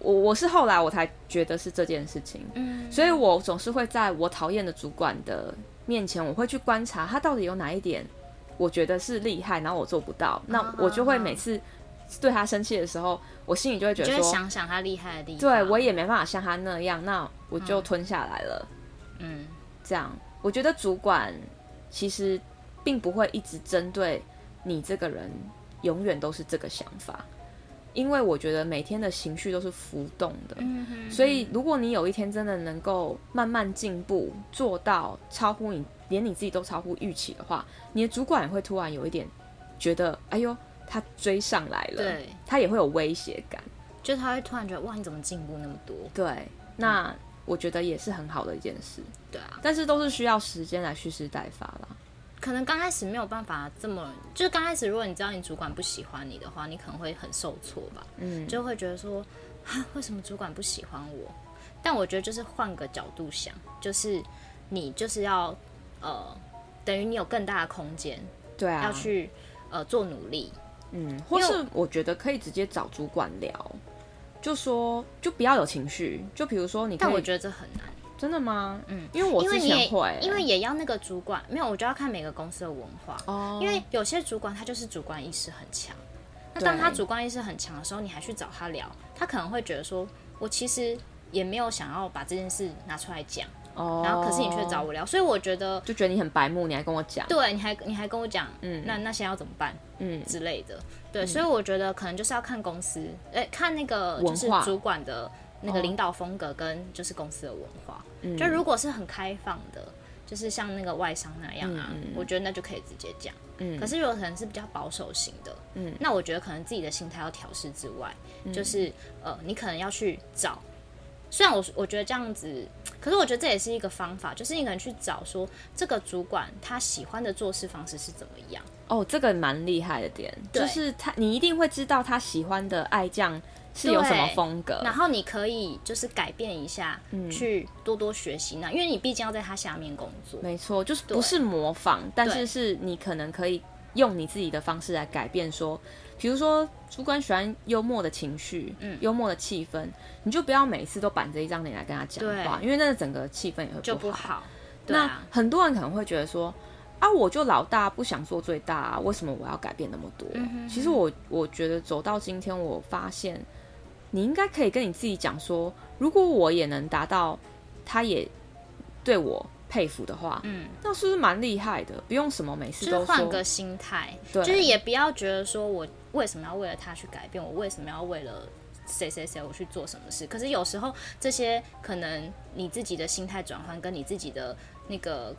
Speaker 1: 我我是后来我才觉得是这件事情，
Speaker 2: 嗯
Speaker 1: 所以我总是会在我讨厌的主管的面前，我会去观察他到底有哪一点我觉得是厉害，然后我做不
Speaker 2: 啊
Speaker 1: 到，那我就会每次对他生气的时候，我心里就会觉
Speaker 2: 就
Speaker 1: 得
Speaker 2: 会
Speaker 1: 说，
Speaker 2: 想想他厉害的地方。
Speaker 1: 对我也没办法像他那样，那我就吞下来了。
Speaker 2: 嗯
Speaker 1: 这样，我觉得主管其实并不会一直针对你这个人，永远都是这个想法，因为我觉得每天的情绪都是浮动的。
Speaker 2: 嗯哼，
Speaker 1: 所以，如果你有一天真的能够慢慢进步，做到超乎你连你自己都超乎预期的话，你的主管也会突然有一点觉得，哎呦，他追上来了，
Speaker 2: 对，
Speaker 1: 他也会有威胁感。
Speaker 2: 就他会突然觉得哇，你怎么进步那么多？
Speaker 1: 对，那我觉得也是很好的一件事，
Speaker 2: 对啊，
Speaker 1: 但是都是需要时间来蓄势待发啦。
Speaker 2: 可能刚开始没有办法这么，就是刚开始如果你知道你主管不喜欢你的话，你可能会很受挫吧，
Speaker 1: 嗯，
Speaker 2: 就会觉得说，啊，为什么主管不喜欢我？但我觉得就是换个角度想，就是你就是要呃，等于你有更大的空间
Speaker 1: 对啊，
Speaker 2: 要去呃做努力，
Speaker 1: 嗯，或
Speaker 2: 因为
Speaker 1: 是我觉得可以直接找主管聊，就说就不要有情绪，就比如说你可以，
Speaker 2: 但我觉得这很难。
Speaker 1: 真的吗？
Speaker 2: 嗯，
Speaker 1: 因为我
Speaker 2: 因
Speaker 1: 之
Speaker 2: 为你
Speaker 1: 前
Speaker 2: 也
Speaker 1: 会、欸
Speaker 2: 因为也要那个主管，没有，我就要看每个公司的文化。
Speaker 1: 哦，
Speaker 2: 因为有些主管他就是主观意识很强，那当
Speaker 1: 对
Speaker 2: 他主观意识很强的时候，你还去找他聊，他可能会觉得说，我其实也没有想要把这件事拿出来讲，
Speaker 1: 哦，
Speaker 2: 然后可是你却找我聊，所以我觉得，
Speaker 1: 就觉得你很白目，你还跟我讲，
Speaker 2: 对，你还你还跟我讲，
Speaker 1: 嗯
Speaker 2: 那那些要怎么办
Speaker 1: 嗯，
Speaker 2: 之类的，对，所以我觉得可能就是要看公司，哎、看那个
Speaker 1: 文
Speaker 2: 就是
Speaker 1: 化
Speaker 2: 主管的那
Speaker 1: 哦
Speaker 2: 个领导风格跟就是公司的文化，
Speaker 1: 嗯
Speaker 2: 就如果是很开放的。就是像那个外商那样啊，
Speaker 1: 嗯嗯
Speaker 2: 我觉得那就可以直接讲。
Speaker 1: 嗯
Speaker 2: 可是有可能是比较保守型的，
Speaker 1: 嗯
Speaker 2: 嗯，那我觉得可能自己的心态要调试之外，就是呃，你可能要去找。虽然我我觉得这样子，可是我觉得这也是一个方法，就是你可能去找说这个主管他喜欢的做事方式是怎么样，
Speaker 1: 哦，这个蛮厉害的点，
Speaker 2: 对
Speaker 1: 就是他，你一定会知道他喜欢的爱酱是有什么风格，
Speaker 2: 然后你可以就是改变一下，
Speaker 1: 嗯
Speaker 2: 去多多学习那，因为你毕竟要在他下面工作，
Speaker 1: 没错，就是不是模仿，但是是你可能可以用你自己的方式来改变说。比如说，主管喜欢幽默的情绪，
Speaker 2: 嗯
Speaker 1: 幽默的气氛，你就不要每次都板着一张脸来跟他讲话，
Speaker 2: 对
Speaker 1: 因为那整个气氛也会
Speaker 2: 就
Speaker 1: 不
Speaker 2: 不
Speaker 1: 好。
Speaker 2: 好。对
Speaker 1: 那
Speaker 2: 啊，
Speaker 1: 很多人可能会觉得说，啊，我就老大，不想做最大、啊，为什么我要改变那么多？
Speaker 2: 嗯哼
Speaker 1: 其实我我觉得走到今天，我发现你应该可以跟你自己讲说，如果我也能达到，他也对我佩服的话，
Speaker 2: 嗯，
Speaker 1: 那是不是蛮厉害的？不用什么每
Speaker 2: 就
Speaker 1: 次
Speaker 2: 是
Speaker 1: 都
Speaker 2: 换
Speaker 1: 说，
Speaker 2: 个心态，
Speaker 1: 对
Speaker 2: 就是也不要觉得说我为什么要为了他去改变，我为什么要为了谁谁谁我去做什么事。可是有时候这些可能你自己的心态转换跟你自己的那个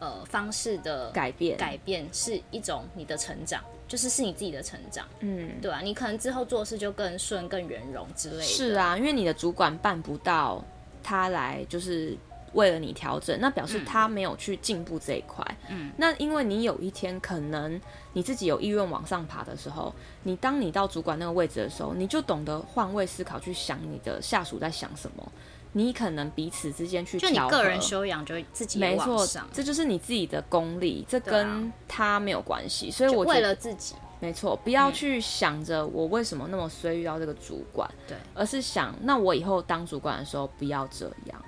Speaker 2: 呃方式的
Speaker 1: 改变，
Speaker 2: 改变是一种你的成长，就是是你自己的成长，
Speaker 1: 嗯，
Speaker 2: 对啊，你可能之后做事就更顺、更圆融之类的。
Speaker 1: 是，啊，因为你的主管办不到，他来就是为了你调整，那表示他没有去进步这一块。
Speaker 2: 嗯，
Speaker 1: 那因为你有一天可能你自己有意愿往上爬的时候，你当你到主管那个位置的时候，你就懂得换位思考，去想你的下属在想什么，你可能彼此之间去
Speaker 2: 就你
Speaker 1: 调
Speaker 2: 个人
Speaker 1: 和
Speaker 2: 修养就会自己
Speaker 1: 没错
Speaker 2: 往上，，
Speaker 1: 这就是你自己的功力，这
Speaker 2: 对啊
Speaker 1: 跟他没有关系。所以
Speaker 2: 就
Speaker 1: 我觉
Speaker 2: 为
Speaker 1: 得
Speaker 2: 了自己，
Speaker 1: 没错，不
Speaker 2: 嗯
Speaker 1: 要去想着我为什么那么衰遇到这个主管，
Speaker 2: 对
Speaker 1: 而是想那我以后当主管的时候不要这样。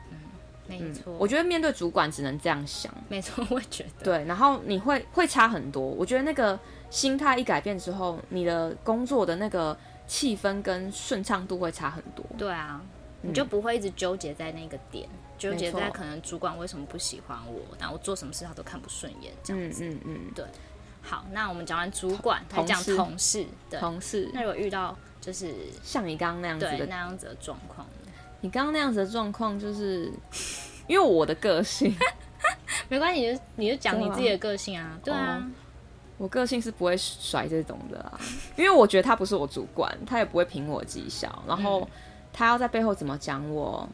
Speaker 2: 没错，
Speaker 1: 嗯我觉得面对主管只能这样想，
Speaker 2: 没错，我也觉得，
Speaker 1: 对，然后你会会差很多。我觉得那个心态一改变之后，你的工作的那个气氛跟顺畅度会差很多。 嗯
Speaker 2: 对啊，你就不会一直纠结在那个点，纠结
Speaker 1: 没
Speaker 2: 在
Speaker 1: 错
Speaker 2: 可能主管为什么不喜欢我，然后我做什么事他都看不顺眼这样
Speaker 1: 嗯
Speaker 2: 子。
Speaker 1: 嗯嗯，
Speaker 2: 好，那我们讲完主管，
Speaker 1: 同
Speaker 2: 还讲
Speaker 1: 事
Speaker 2: 同事，对。
Speaker 1: 同事
Speaker 2: 那如果遇到就是
Speaker 1: 像你刚刚那样子
Speaker 2: 对
Speaker 1: 的
Speaker 2: 那样子的状况，
Speaker 1: 你刚刚那样子的状况，就是因为我的个性，
Speaker 2: 没关系，你就你就讲
Speaker 1: 对啊
Speaker 2: 你自己的个性啊，对啊，
Speaker 1: 我个性是不会甩这种的啊，因为我觉得他不是我主管，他也不会评我绩效，然
Speaker 2: 嗯
Speaker 1: 后他要在背后怎么讲我，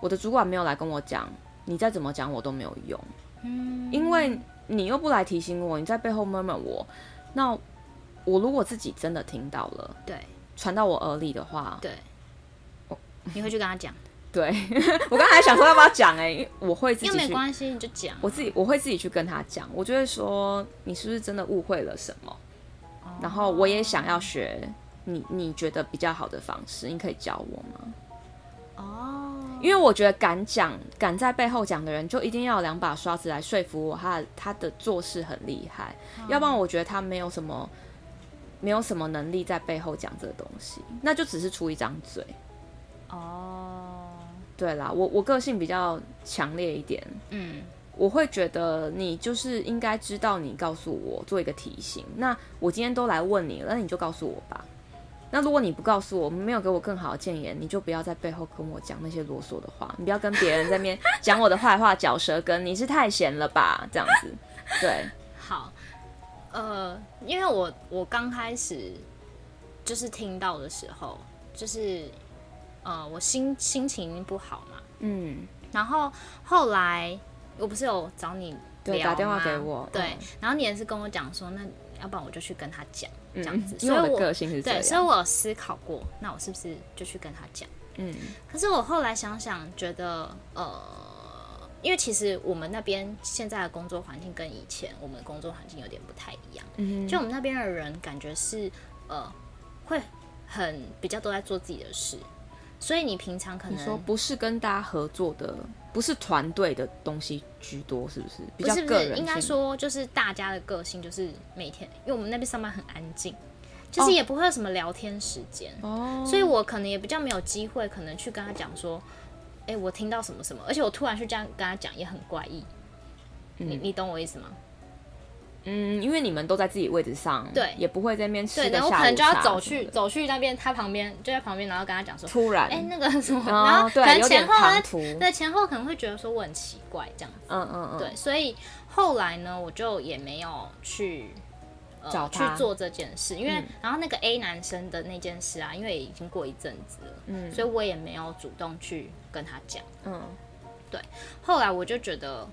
Speaker 1: 我的主管没有来跟我讲，你再怎么讲我都没有用，
Speaker 2: 嗯，
Speaker 1: 因为你又不来提醒我，你在背后闷闷我，那我如果自己真的听到了，
Speaker 2: 对
Speaker 1: 传到我耳里的话，
Speaker 2: 对，你会去跟他讲，
Speaker 1: 对 我刚才想说要不要讲哎、因为我会自
Speaker 2: 因
Speaker 1: 己
Speaker 2: 为没
Speaker 1: 去
Speaker 2: 关系，你就讲啊，
Speaker 1: 我自己我会自己去跟他讲，我就会说你是不是真的误会了什么？然后我也想要学你你觉得比较好的方式，你可以教我吗？
Speaker 2: 哦，
Speaker 1: 因为我觉得敢讲、敢在背后讲的人，就一定要有两把刷子来说服我，他的他的做事很厉害，要不然我觉得他没有什么没有什么能力在背后讲这个东西，那就只是出一张嘴。
Speaker 2: 哦，
Speaker 1: 对啦，我我个性比较强烈一点，
Speaker 2: 嗯，
Speaker 1: 我会觉得你就是应该知道，你告诉我做一个提醒。那我今天都来问你了，那你就告诉我吧。那如果你不告诉我，没有给我更好的建言，你就不要在背后跟我讲那些啰嗦的话，你不要跟别人在那边讲我的坏话、嚼舌根，你是太闲了吧？这样 子，对，
Speaker 2: 好，呃，因为我我刚开始就是听到的时候，就是呃，我心心情不好嘛，
Speaker 1: 嗯，
Speaker 2: 然后后来我不是有找你
Speaker 1: 对
Speaker 2: 聊
Speaker 1: 打电话
Speaker 2: 吗
Speaker 1: 给我
Speaker 2: 对
Speaker 1: 嗯，
Speaker 2: 然后你也是跟我讲说，那要不然我就去跟他讲这
Speaker 1: 嗯
Speaker 2: 样子，
Speaker 1: 因为
Speaker 2: 所
Speaker 1: 我
Speaker 2: 以
Speaker 1: 的
Speaker 2: 我
Speaker 1: 个性是这
Speaker 2: 对，所以
Speaker 1: 样，
Speaker 2: 我有思考过，那我是不是就去跟他讲？
Speaker 1: 嗯
Speaker 2: 可是我后来想想，觉得呃，因为其实我们那边现在的工作环境跟以前我们的工作环境有点不太一样，
Speaker 1: 嗯哼，
Speaker 2: 就我们那边的人感觉是呃，会很比较都在做自己的事，所以你平常可
Speaker 1: 你说
Speaker 2: 能
Speaker 1: 不是跟大家合作的，不是团队的东西居多，是不是？比
Speaker 2: 不
Speaker 1: 较
Speaker 2: 是不
Speaker 1: 个
Speaker 2: 是，
Speaker 1: 人
Speaker 2: 应该
Speaker 1: 性
Speaker 2: 说就是大家的个性就是每天，因为我们那边上班很安静，就是也不会有什么聊天时间，
Speaker 1: 哦，
Speaker 2: 所以我可能也比较没有机会，可能去跟他讲说，哎、我听到什么什么，而且我突然去这样跟他讲也很怪异。你你懂我意思吗？
Speaker 1: 嗯，因为你们都在自己位置上，
Speaker 2: 对
Speaker 1: 也不会在那边吃
Speaker 2: 对，
Speaker 1: 个下
Speaker 2: 然后
Speaker 1: 午
Speaker 2: 我可能就要
Speaker 1: 茶
Speaker 2: 走
Speaker 1: 什么
Speaker 2: 去
Speaker 1: 的
Speaker 2: 走去那边，他旁边就在旁边，然后跟他讲说，
Speaker 1: 突然，
Speaker 2: 哎、那个什么，
Speaker 1: 哦
Speaker 2: 然后
Speaker 1: 对
Speaker 2: 可能
Speaker 1: 有
Speaker 2: 前
Speaker 1: 点
Speaker 2: 后
Speaker 1: 唐突
Speaker 2: 会对前后可能会觉得说我很奇怪这样子，
Speaker 1: 嗯嗯嗯，
Speaker 2: 对，所以后来呢，我就也没有去。呃
Speaker 1: 找
Speaker 2: 去
Speaker 1: 他
Speaker 2: 做这件事，因为、
Speaker 1: 嗯
Speaker 2: 然后那个 A 男生的那件事啊，因为已经过一阵子了，
Speaker 1: 嗯
Speaker 2: 所以我也没有主动去跟他讲。
Speaker 1: 嗯，
Speaker 2: 后来我就觉得，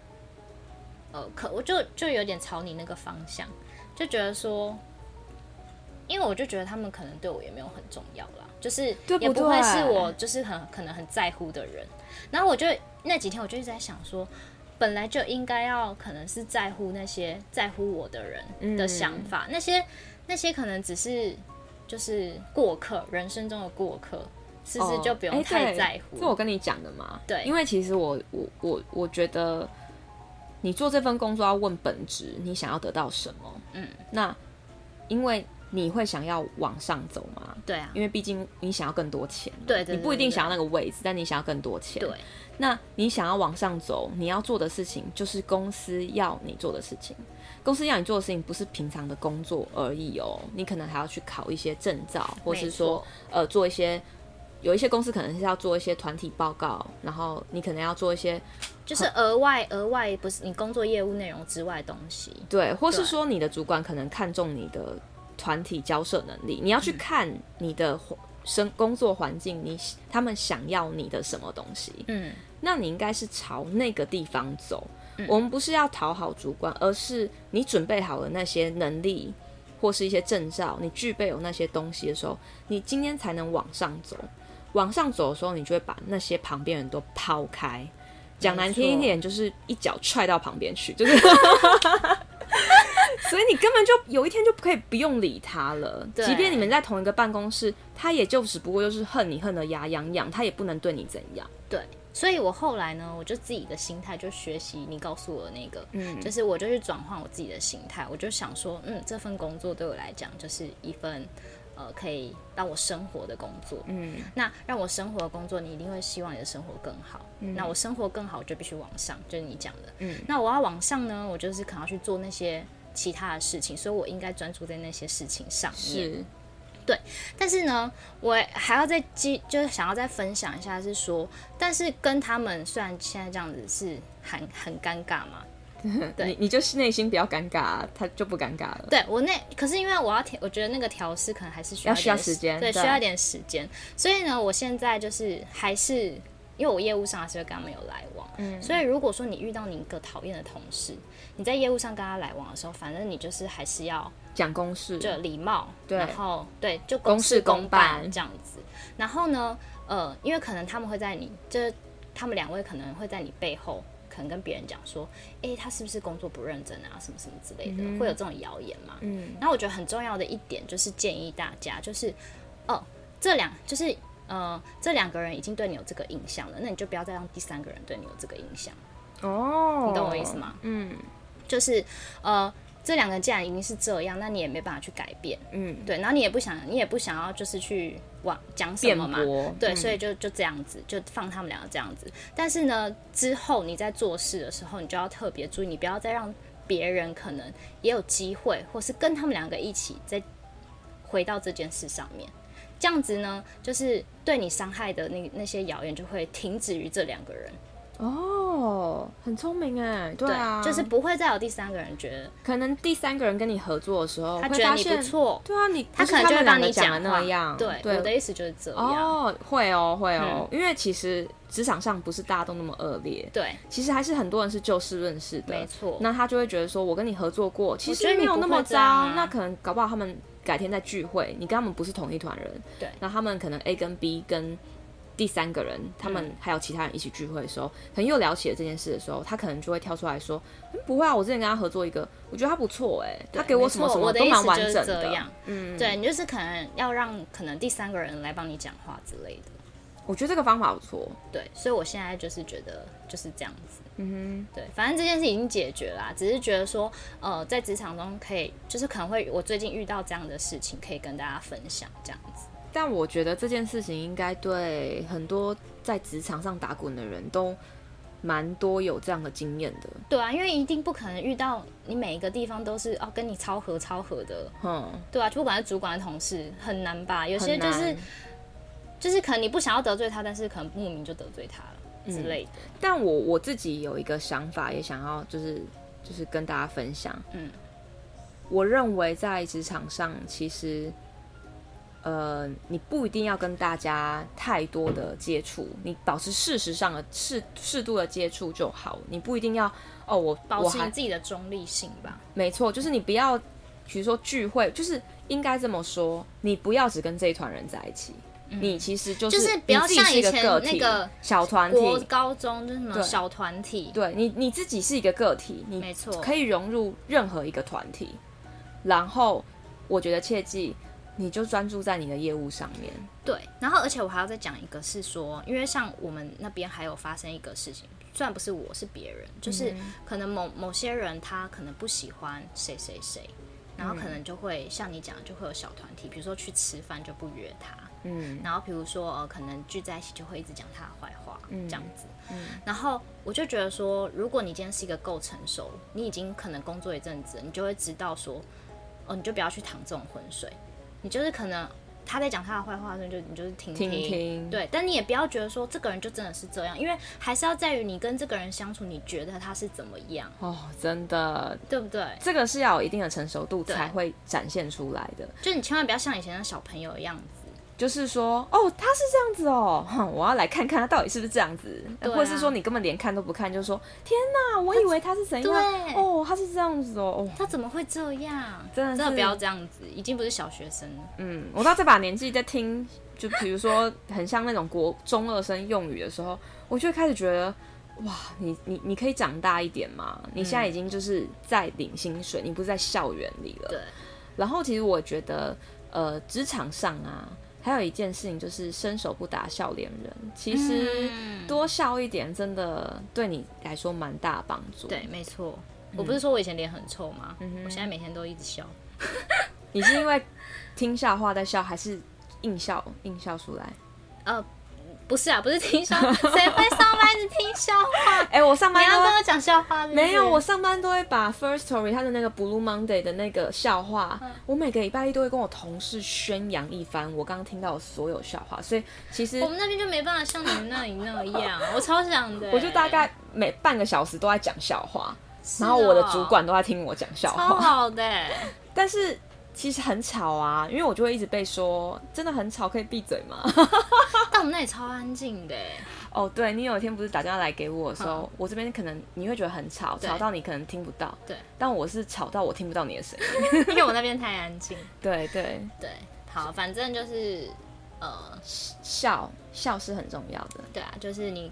Speaker 2: 呃，可我就就有点朝你那个方向，就觉得说，因为我就觉得他们可能对我也没有很重要啦，就是
Speaker 1: 对不
Speaker 2: 也不会是
Speaker 1: 对
Speaker 2: 我就是很可能很在乎的人。然后我就那几天我就一直在想说，本来就应该要可能是在乎那些在乎我的人
Speaker 1: 嗯
Speaker 2: 的想法，那些那些可能只是就是过客，人生中的过客，是不是
Speaker 1: 哦
Speaker 2: 就不
Speaker 1: 哎
Speaker 2: 用太
Speaker 1: 对
Speaker 2: 在乎？
Speaker 1: 这我跟你讲的嘛，
Speaker 2: 对
Speaker 1: 因为其实我我我我觉得，你做这份工作要问本质，你想要得到什么？
Speaker 2: 嗯，
Speaker 1: 那因为你会想要往上走嘛，
Speaker 2: 对啊，
Speaker 1: 因为毕竟你想要更多钱嘛，
Speaker 2: 对对对
Speaker 1: 你不一定
Speaker 2: 对对
Speaker 1: 想要那个位置，但你想要更多钱，
Speaker 2: 对。
Speaker 1: 那你想要往上走，你要做的事情就是公司要你做的事情。公司要你做的事情不是平常的工作而已哦，你可能还要去考一些证照，或是
Speaker 2: 没
Speaker 1: 说
Speaker 2: 错
Speaker 1: 呃做一些。有一些公司可能是要做一些团体报告，然后你可能要做一些
Speaker 2: 就是额外额外不是你工作业务内容之外的东西，
Speaker 1: 对，或是
Speaker 2: 对
Speaker 1: 说你的主管可能看重你的团体交涉能力，你要去
Speaker 2: 嗯
Speaker 1: 看你的环生工作环境，你他们想要你的什么东西。
Speaker 2: 嗯，
Speaker 1: 那你应该是朝那个地方走。我们不是要讨好主管，而是你准备好了那些能力或是一些证照，你具备有那些东西的时候，你今天才能往上走。往上走的时候，你就会把那些旁边人都抛开。讲难听一点，就是一脚踹到旁边去，就是。所以你根本就有一天就不可以不用理他了。
Speaker 2: 对
Speaker 1: 即便你们在同一个办公室，他也就只不过就是恨你恨得牙痒痒，他也不能对你怎样。
Speaker 2: 对。所以我后来呢，我就自己的心态就学习你告诉我的那个，
Speaker 1: 嗯
Speaker 2: 就是我就去转换我自己的心态，我就想说，嗯，这份工作对我来讲就是一份呃可以让我生活的工作，
Speaker 1: 嗯，
Speaker 2: 那让我生活的工作，你一定会希望你的生活更好。那我生活更好，我就必须往上，就是你讲的。
Speaker 1: 嗯，
Speaker 2: 那我要往上呢，我就是可能要去做那些其他的事情，所以我应该专注在那些事情上面。
Speaker 1: 是，
Speaker 2: 但是呢，我还要再记，就是想要再分享一下，是说，但是跟他们虽然现在这样子是很很尴尬嘛，
Speaker 1: 哎
Speaker 2: 对
Speaker 1: 你你就是内心不要尴尬、啊，他就不尴尬了。
Speaker 2: 对我那可是因为我要调，我觉得那个调试可能还是需
Speaker 1: 要
Speaker 2: 点
Speaker 1: 需要时间
Speaker 2: 对，
Speaker 1: 对
Speaker 2: 需要一点时间。所以呢，我现在就是还是因为我业务上还是会跟他们有来往，嗯，所以如果说你遇到你一个讨厌的同事，你在业务上跟他来往的时候，反正你就是还是要
Speaker 1: 讲公事，
Speaker 2: 就礼貌，
Speaker 1: 对
Speaker 2: 然后对，就
Speaker 1: 公
Speaker 2: 事
Speaker 1: 事
Speaker 2: 公
Speaker 1: 公办
Speaker 2: 这样子。然后呢，呃，因为可能他们会在你，就是他们两位可能会在你背后，可能跟别人讲说，诶，他是不是工作不认真啊，什么什么之类的，会有这种谣言嘛？
Speaker 1: 嗯，
Speaker 2: 然后我觉得很重要的一点就是建议大家，就是哦，这两就是呃，这两个人已经对你有这个印象了，那你就不要再让第三个人对你有这个印象，
Speaker 1: 哦，
Speaker 2: 你懂我意思？吗？
Speaker 1: 嗯
Speaker 2: 就是呃，这两个既然已经是这样，那你也没办法去改变，
Speaker 1: 嗯，
Speaker 2: 对，然后你也不想，你也不想要就是去往讲什
Speaker 1: 辩
Speaker 2: 么嘛。
Speaker 1: 驳，
Speaker 2: 对，
Speaker 1: 嗯
Speaker 2: 所以就就这样子，就放他们两个这样子。但是呢，之后你在做事的时候，你就要特别注意，你不要再让别人可能也有机会，或是跟他们两个一起再回到这件事上面。这样子呢，就是对你伤害的那那些谣言就会停止于这两个人，
Speaker 1: 哦，很聪明哎，对啊，
Speaker 2: 就是不会再有第三个人觉得
Speaker 1: 可能第三个人跟你合作的时候，
Speaker 2: 他
Speaker 1: 会
Speaker 2: 觉得
Speaker 1: 发
Speaker 2: 你
Speaker 1: 现
Speaker 2: 不，错，
Speaker 1: 对啊，你
Speaker 2: 他
Speaker 1: 不是
Speaker 2: 可能就会
Speaker 1: 们两
Speaker 2: 让
Speaker 1: 个
Speaker 2: 你
Speaker 1: 讲的
Speaker 2: 讲
Speaker 1: 那
Speaker 2: 话。
Speaker 1: 样，
Speaker 2: 对，
Speaker 1: 对
Speaker 2: 我的意思就是这样。嗯
Speaker 1: 哦，会哦，会哦，因为其实职场上不是大家都那么恶劣，
Speaker 2: 对，
Speaker 1: 其实还是很多人是就事论事的，
Speaker 2: 没错。
Speaker 1: 那他就会觉得说，我跟你合作过，其
Speaker 2: 觉
Speaker 1: 实
Speaker 2: 得
Speaker 1: 没
Speaker 2: 你
Speaker 1: 有
Speaker 2: 不
Speaker 1: 那么
Speaker 2: 会这
Speaker 1: 糟，
Speaker 2: 样啊
Speaker 1: 那可能搞不好他们改天再聚会，你跟他们不是同一团人，
Speaker 2: 对
Speaker 1: 那他们可能 A 跟 B 跟第三个人，他们还有其他人一起聚会的时候，可能又聊起了这件事的时候，他可能就会跳出来说，嗯、不会啊，我之前跟他合作一个，我觉得他不错哎、
Speaker 2: 对
Speaker 1: 他给我
Speaker 2: 没
Speaker 1: 什么
Speaker 2: 错
Speaker 1: 什
Speaker 2: 我
Speaker 1: 么
Speaker 2: 的
Speaker 1: 都
Speaker 2: 意
Speaker 1: 蛮
Speaker 2: 思
Speaker 1: 完
Speaker 2: 就是
Speaker 1: 整
Speaker 2: 这
Speaker 1: 的，
Speaker 2: 样，
Speaker 1: 嗯，
Speaker 2: 对，你就是可能要让可能第三个人来帮你讲话之类的。
Speaker 1: 我觉得这个方法不错，
Speaker 2: 对，所以我现在就是觉得就是这样子。
Speaker 1: 嗯
Speaker 2: 对，反正这件事已经解决啦、只是觉得说，呃，在职场中可以，就是可能会我最近遇到这样的事情，可以跟大家分享这样子。
Speaker 1: 哼，但我觉得这件事情应该对很多在职场上打滚的人都蛮多有这样的经验的，
Speaker 2: 对啊，因为一定不可能遇到你每一个地方都是哦跟你超合超合的，
Speaker 1: 嗯，
Speaker 2: 对啊，就不管是主管还是同事，很难吧？有些
Speaker 1: 很
Speaker 2: 就
Speaker 1: 难
Speaker 2: 是就是可能你不想要得罪他，但是可能莫名就得罪他
Speaker 1: 嗯
Speaker 2: 了之类的。
Speaker 1: 但我我自己有一个想法，也想要就是就是跟大家分享。
Speaker 2: 嗯，
Speaker 1: 我认为在职场上，其实呃，你不一定要跟大家太多的接触，你保持事实上的适适度的接触就好。你不一定要哦，我
Speaker 2: 保
Speaker 1: 我
Speaker 2: 持你
Speaker 1: 还
Speaker 2: 自己的中立性吧。
Speaker 1: 没错，就是你不要，比如说聚会，就是应该这么说，你不要只跟这一团人在一起。你其实就是
Speaker 2: 嗯就是不要
Speaker 1: 你自己
Speaker 2: 像
Speaker 1: 是一个
Speaker 2: 以前
Speaker 1: 个
Speaker 2: 那
Speaker 1: 体
Speaker 2: 个
Speaker 1: 小团体，
Speaker 2: 国高中就是什么
Speaker 1: 对
Speaker 2: 小团体，
Speaker 1: 对你你自己是一个个体，你
Speaker 2: 没错
Speaker 1: 可以融入任何一个团体。然后我觉得切记，你就专注在你的业务上面。
Speaker 2: 对，然后而且我还要再讲一个，是说，因为像我们那边还有发生一个事情，虽然不是我是别人，就是
Speaker 1: 嗯
Speaker 2: 可能某某些人他可能不喜欢谁谁谁，然后
Speaker 1: 嗯
Speaker 2: 可能就会像你讲的，就会有小团体，比如说去吃饭就不约他，
Speaker 1: 嗯，
Speaker 2: 然后比如说呃可能聚在一起就会一直讲他的坏话，
Speaker 1: 嗯
Speaker 2: 这样子，然后我就觉得说，如果你今天是一个够成熟，你已经可能工作一阵子，你就会知道说，哦，你就不要去淌这种浑水，你就是可能他在讲他的坏话的时候，你就你就是听
Speaker 1: 听听
Speaker 2: 对，但你也不要觉得说这个人就真的是这样，因为还是要在于你跟这个人相处，你觉得他是怎么样，
Speaker 1: 哦，真的，
Speaker 2: 对不对？
Speaker 1: 这个是要有一定的成熟度
Speaker 2: 对
Speaker 1: 才会展现出来的。
Speaker 2: 就你千万不要像以前的小朋友的样子，
Speaker 1: 就是说，哦，他是这样子哦， 哼，我要来看看他到底是不是这样子，
Speaker 2: 对啊
Speaker 1: 或者是说你根本连看都不看，就说天哪，我以为他是怎样，
Speaker 2: 对
Speaker 1: 哦，他是这样子哦，哦，
Speaker 2: 哎他怎么会这样？
Speaker 1: 真的是
Speaker 2: 真的不要这样子，已经不是小学生了。
Speaker 1: 嗯，我到这把年纪在听，就比如说很像那种国中二生用语的时候，我就会开始觉得，哇，你你你可以长大一点嘛！你现在已经就是在领薪水，你不是在校园里了。
Speaker 2: 对。
Speaker 1: 然后其实我觉得，呃，职场上啊，还有一件事情就是伸手不打笑脸人，其实
Speaker 2: 嗯
Speaker 1: 多笑一点真的对你来说蛮大帮助。
Speaker 2: 对，，没错。
Speaker 1: 嗯
Speaker 2: 我不是说我以前脸很臭吗？我现在每天都一直笑。
Speaker 1: 你是因为听笑话在笑，还是硬笑硬笑出来？
Speaker 2: 不是啊，不是听笑， 谁会上班是听笑 话？
Speaker 1: 哎、我上
Speaker 2: 你
Speaker 1: 班
Speaker 2: 要
Speaker 1: 都
Speaker 2: 跟我讲笑话是不是
Speaker 1: 没有，我上班都会把 First Story 它的那个 Blue Monday 的那个笑话，我每个礼拜一都会跟我同事宣扬一番我刚刚听到的所有笑话，所以其实
Speaker 2: 我们那边就没办法像你们那里那样，我超想 的欸。
Speaker 1: 我就大概每半个小时都在讲笑话，
Speaker 2: 是哦，
Speaker 1: 然后我的主管都在听我讲笑
Speaker 2: 超
Speaker 1: 话，
Speaker 2: 好的欸，
Speaker 1: 但是其实很吵啊，因为我就会一直被说真的很吵，可以闭嘴吗？
Speaker 2: 但我们那里超安静的欸。
Speaker 1: 哦，对你有一天不是打电话来给我的时候，我这边可能你会觉得很吵，
Speaker 2: 对
Speaker 1: 吵到你可能听不到，
Speaker 2: 对，
Speaker 1: 但我是吵到我听不到你的声音，
Speaker 2: 因为我那边太安静。
Speaker 1: 对对，
Speaker 2: 对，好，反正就是呃，
Speaker 1: 笑笑是很重要的。
Speaker 2: 对啊，就是你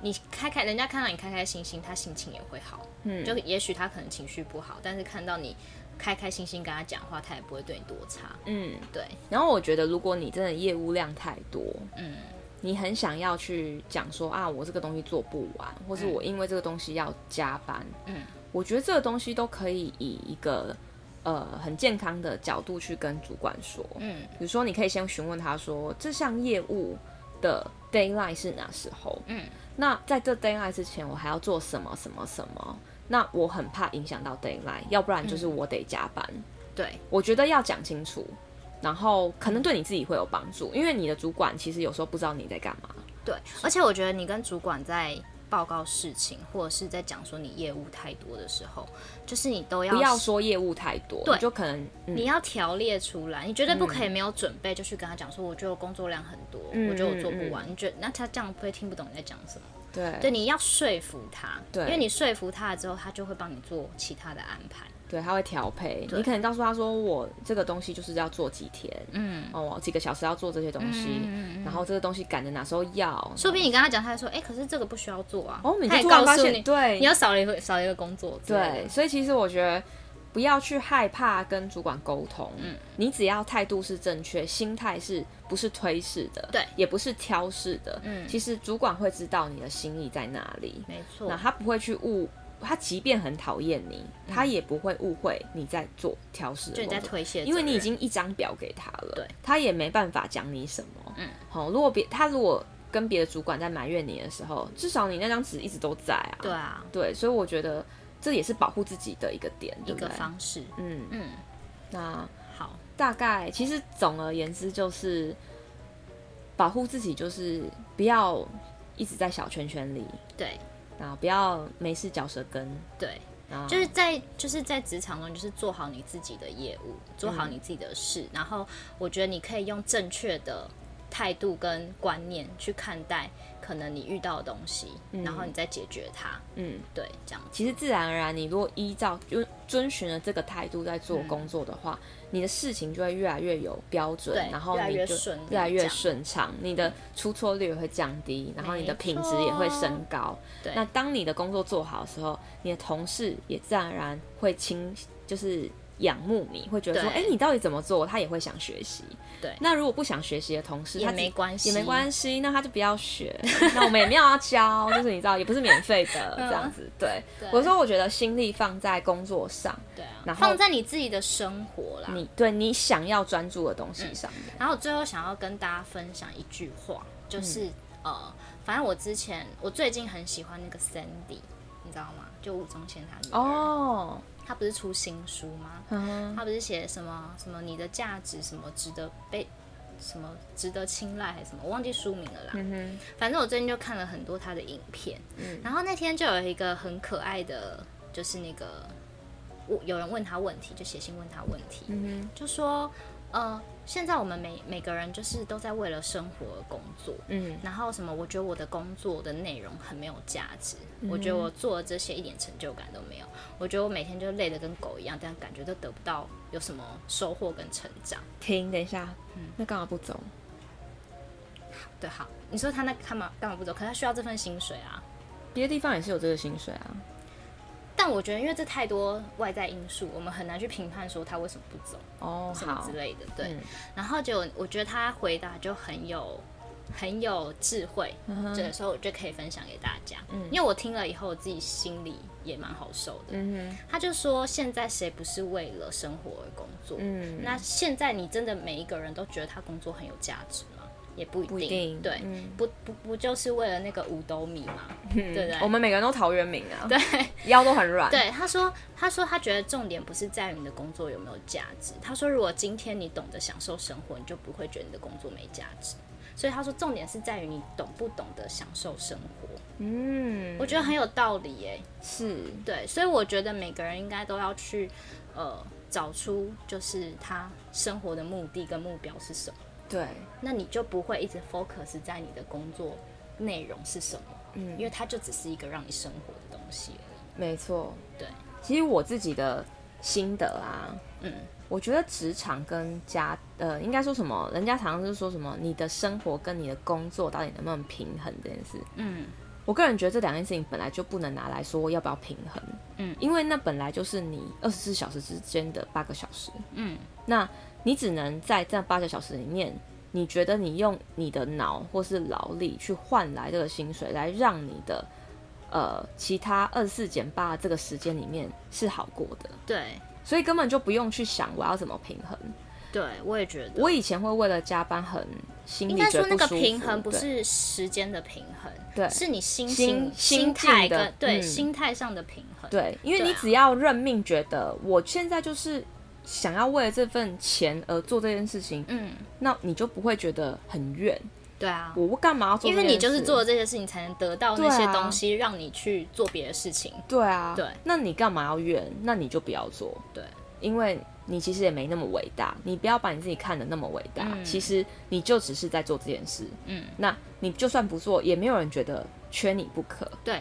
Speaker 2: 你开开，人家看到你开开心心，他心情也会好。
Speaker 1: 嗯
Speaker 2: 就也许他可能情绪不好，但是看到你开开心心跟他讲话，他也不会对你多差。
Speaker 1: 嗯，
Speaker 2: 对，
Speaker 1: 然后我觉得，如果你真的业务量太多，
Speaker 2: 嗯，
Speaker 1: 你很想要去讲说啊，我这个东西做不完，或是我因为这个东西要加班，
Speaker 2: 嗯，
Speaker 1: 我觉得这个东西都可以以一个呃很健康的角度去跟主管说。
Speaker 2: 嗯
Speaker 1: 比如说，你可以先询问他说，这项业务的 d a y l i n e 是哪时候？
Speaker 2: 嗯，
Speaker 1: 那在这 d a y l i n e 之前，我还要做什么什么什么？那我很怕影响到 d a y l i n e 要不然就是我得加班。
Speaker 2: 嗯对，
Speaker 1: 我觉得要讲清楚，然后可能对你自己会有帮助，因为你的主管其实有时候不知道你在干嘛。
Speaker 2: 对，而且我觉得你跟主管在报告事情，或者是在讲说你业务太多的时候，就是你都要
Speaker 1: 不要说业务太多，
Speaker 2: 对
Speaker 1: 你就可能、嗯、
Speaker 2: 你要条列出来，你绝对不可以没有准备就去跟他讲说，我觉得我工作量很多，
Speaker 1: 嗯
Speaker 2: 我觉得我做不完。你觉得那他这样不会听不懂你在讲什么？
Speaker 1: 对
Speaker 2: 对，你要说服他，
Speaker 1: 对
Speaker 2: 因为你说服他了之后，他就会帮你做其他的安排。
Speaker 1: 对，他会调配。
Speaker 2: 对
Speaker 1: 你可能告诉他说，我这个东西就是要做几天，
Speaker 2: 嗯，
Speaker 1: 哦，我几个小时要做这些东西，
Speaker 2: 嗯
Speaker 1: 然后这个东西赶着哪时候要，
Speaker 2: 说不定你跟他讲，他还说，哎、可是这个不需要做啊。
Speaker 1: 哦，你
Speaker 2: 他
Speaker 1: 就
Speaker 2: 也
Speaker 1: 突然
Speaker 2: 告
Speaker 1: 发
Speaker 2: 诉
Speaker 1: 现，
Speaker 2: 你，
Speaker 1: 对，
Speaker 2: 你要少了一个少了一个工作之类的。
Speaker 1: 对，所以其实我觉得不要去害怕跟主管沟通，嗯，你只要态度是正确，心态是不是推式的，
Speaker 2: 对
Speaker 1: 也不是挑式的，
Speaker 2: 嗯
Speaker 1: 其实主管会知道你的心意在哪里，
Speaker 2: 没
Speaker 1: 那
Speaker 2: 错，
Speaker 1: 他不会去误。他即便很讨厌你，他也不会误会你在做挑事的
Speaker 2: 嗯就
Speaker 1: 工
Speaker 2: 你
Speaker 1: 作，
Speaker 2: 在推卸责任，
Speaker 1: 因为你已经一张表给他了，
Speaker 2: 对，
Speaker 1: 他也没办法讲你什么。
Speaker 2: 嗯，
Speaker 1: 好、如果别他如果跟别的主管在埋怨你的时候，至少你那张纸一直都在啊。
Speaker 2: 对啊，
Speaker 1: 对，所以我觉得这也是保护自己的一个点，
Speaker 2: 一
Speaker 1: 对不
Speaker 2: 个
Speaker 1: 对？
Speaker 2: 方式。
Speaker 1: 嗯，
Speaker 2: 嗯，
Speaker 1: 那
Speaker 2: 好，
Speaker 1: 大概其实总而言之就是保护自己，就是不要一直在小圈圈里，
Speaker 2: 对
Speaker 1: 啊，不要没事嚼舌根，
Speaker 2: 对，
Speaker 1: 啊，
Speaker 2: 就是在就是在职场中，就是做好你自己的业务，
Speaker 1: 嗯
Speaker 2: 做好你自己的事，然后我觉得你可以用正确的态度跟观念去看待可能你遇到的东西，然后你再解决它。
Speaker 1: 嗯。
Speaker 2: 对，这样
Speaker 1: 其实自然而然，你如果依照就遵循了这个态度在做工作的话，你的事情就会越来越有标准
Speaker 2: 嗯对，
Speaker 1: 然后
Speaker 2: 越来
Speaker 1: 你
Speaker 2: 越
Speaker 1: 就
Speaker 2: 顺利
Speaker 1: 越来越
Speaker 2: 这样
Speaker 1: 顺畅，你的出错率也会降低，然后你的品质也会升高。
Speaker 2: 对
Speaker 1: 那当你的工作做好的时候，你的同事也自然而然会倾，就是仰慕你，会觉得说，哎、
Speaker 2: 对
Speaker 1: 你到底怎么做？他也会想学习。
Speaker 2: 对
Speaker 1: 那如果不想学习的同事，
Speaker 2: 也
Speaker 1: 他只
Speaker 2: 没关系，
Speaker 1: 也没关系，那他就不要学， 那我们也没有要教，就是你知道，也不是免费的这样子。对，
Speaker 2: 嗯对
Speaker 1: 我说我觉得心力放在工作上，
Speaker 2: 对啊，
Speaker 1: 然后
Speaker 2: 放在你自己的生活啦。
Speaker 1: 你对你想要专注的东
Speaker 2: 嗯
Speaker 1: 西上面。
Speaker 2: 然后最后想要跟大家分享一句话，就是、
Speaker 1: 嗯
Speaker 2: 呃，反正我之前我最近很喜欢那个 Sandy，你知道吗？就吴宗宪他女儿，
Speaker 1: 哦，
Speaker 2: 他不是出新书吗？
Speaker 1: 嗯，
Speaker 2: 他不是写什么什么你的价值什么值得被什么值得青睐还是什么，我忘记书名了啦。
Speaker 1: 嗯哼嗯
Speaker 2: 反正我最近就看了很多他的影片，然后那天就有一个很可爱的，就是那个我有人问他问题，就写信问他问题，
Speaker 1: 嗯
Speaker 2: 就说呃，现在我们每每个人就是都在为了生活而工作，
Speaker 1: 嗯
Speaker 2: 然后什么？我觉得我的工作的内容很没有价值，
Speaker 1: 嗯
Speaker 2: 我觉得我做的这些一点成就感都没有，我觉得我每天就累得跟狗一样，但感觉都得不到有什么收获跟成长。
Speaker 1: 停，等一下，
Speaker 2: 嗯
Speaker 1: 那干嘛不走？
Speaker 2: 对，好，你说他那干嘛干嘛不走？可他需要这份薪水啊。
Speaker 1: 别的地方也是有这个薪水啊。
Speaker 2: 但我觉得，因为这太多外在因素，我们很难去评判说他为什么不走，
Speaker 1: 哦，
Speaker 2: 什么
Speaker 1: 好
Speaker 2: 之，类的。对，
Speaker 1: 嗯
Speaker 2: 然后就我觉得他回答就很有很有智慧，
Speaker 1: 嗯
Speaker 2: 这个时候我就可以分享给大家。因为我听了以后，我自己心里也蛮好受的。
Speaker 1: 嗯
Speaker 2: 他就说，现在谁不是为了生活而工作？
Speaker 1: 嗯
Speaker 2: 那现在你真的每一个人都觉得他工作很有价值吗？也不一定，
Speaker 1: 不一定
Speaker 2: 对，
Speaker 1: 嗯
Speaker 2: 不不不就是为了那个五斗米吗？对不对
Speaker 1: 哼，？我们每个人都陶渊明啊，对，腰都很软，，
Speaker 2: 对，他说，他说他觉得重点不是在于你的工作有没有价值。他说，如果今天你懂得享受生活，你就不会觉得你的工作没价值。所以他说，重点是在于你懂不懂得享受生活。
Speaker 1: 嗯，
Speaker 2: 我觉得很有道理耶、
Speaker 1: 是，
Speaker 2: 对，所以我觉得每个人应该都要去，呃，找出就是他生活的目的跟目标是什么。
Speaker 1: 对，
Speaker 2: 那你就不会一直 focus 在你的工作内容是什么，嗯，因为它就只是一个让你生活的东西而已。
Speaker 1: 没错，
Speaker 2: 对，
Speaker 1: 其实我自己的心得啊，
Speaker 2: 嗯，
Speaker 1: 我觉得职场跟家，呃，应该说什么？人家常常是说什么，你的生活跟你的工作到底能不能平衡这件事。
Speaker 2: 嗯，
Speaker 1: 我个人觉得这两件事情本来就不能拿来说要不要平衡，
Speaker 2: 嗯，
Speaker 1: 因为那本来就是你二十四小时之间的八个小时，
Speaker 2: 嗯，
Speaker 1: 那你只能在这八个小时里面，你觉得你用你的脑或是劳力去换来这个薪水，来让你的呃其他二十四减八这个时间里面是好过的，
Speaker 2: 对，
Speaker 1: 所以根本就不用去想我要怎么平衡。
Speaker 2: 对，我也觉得。
Speaker 1: 我以前会为了加班很心里
Speaker 2: 应该
Speaker 1: 觉
Speaker 2: 说
Speaker 1: 得
Speaker 2: 那个
Speaker 1: 舒服
Speaker 2: 平衡不
Speaker 1: 对
Speaker 2: 是时间的平衡，
Speaker 1: 对
Speaker 2: 是你心
Speaker 1: 心
Speaker 2: 情、
Speaker 1: 心
Speaker 2: 心
Speaker 1: 境
Speaker 2: 态
Speaker 1: 的
Speaker 2: 跟对
Speaker 1: 嗯
Speaker 2: 心态上的平衡。
Speaker 1: 对，因为
Speaker 2: 对
Speaker 1: 你
Speaker 2: 啊
Speaker 1: 只要认命，觉得我现在就是想要为了这份钱而做这件事情，
Speaker 2: 嗯，
Speaker 1: 那你就不会觉得很怨。
Speaker 2: 对啊，
Speaker 1: 我干嘛要做？
Speaker 2: 因为你就是做了，这些事情，才能得到
Speaker 1: 对
Speaker 2: 那
Speaker 1: 啊
Speaker 2: 些东西，让你去做别的事情。
Speaker 1: 对啊，
Speaker 2: 对
Speaker 1: 那你干嘛要怨？那你就不要做，
Speaker 2: 对，
Speaker 1: 因为你其实也没那么伟大，你不要把你自己看得那么伟大，
Speaker 2: 嗯
Speaker 1: 其实你就只是在做这件事。
Speaker 2: 嗯，
Speaker 1: 那你就算不做，也没有人觉得缺你不可。
Speaker 2: 对，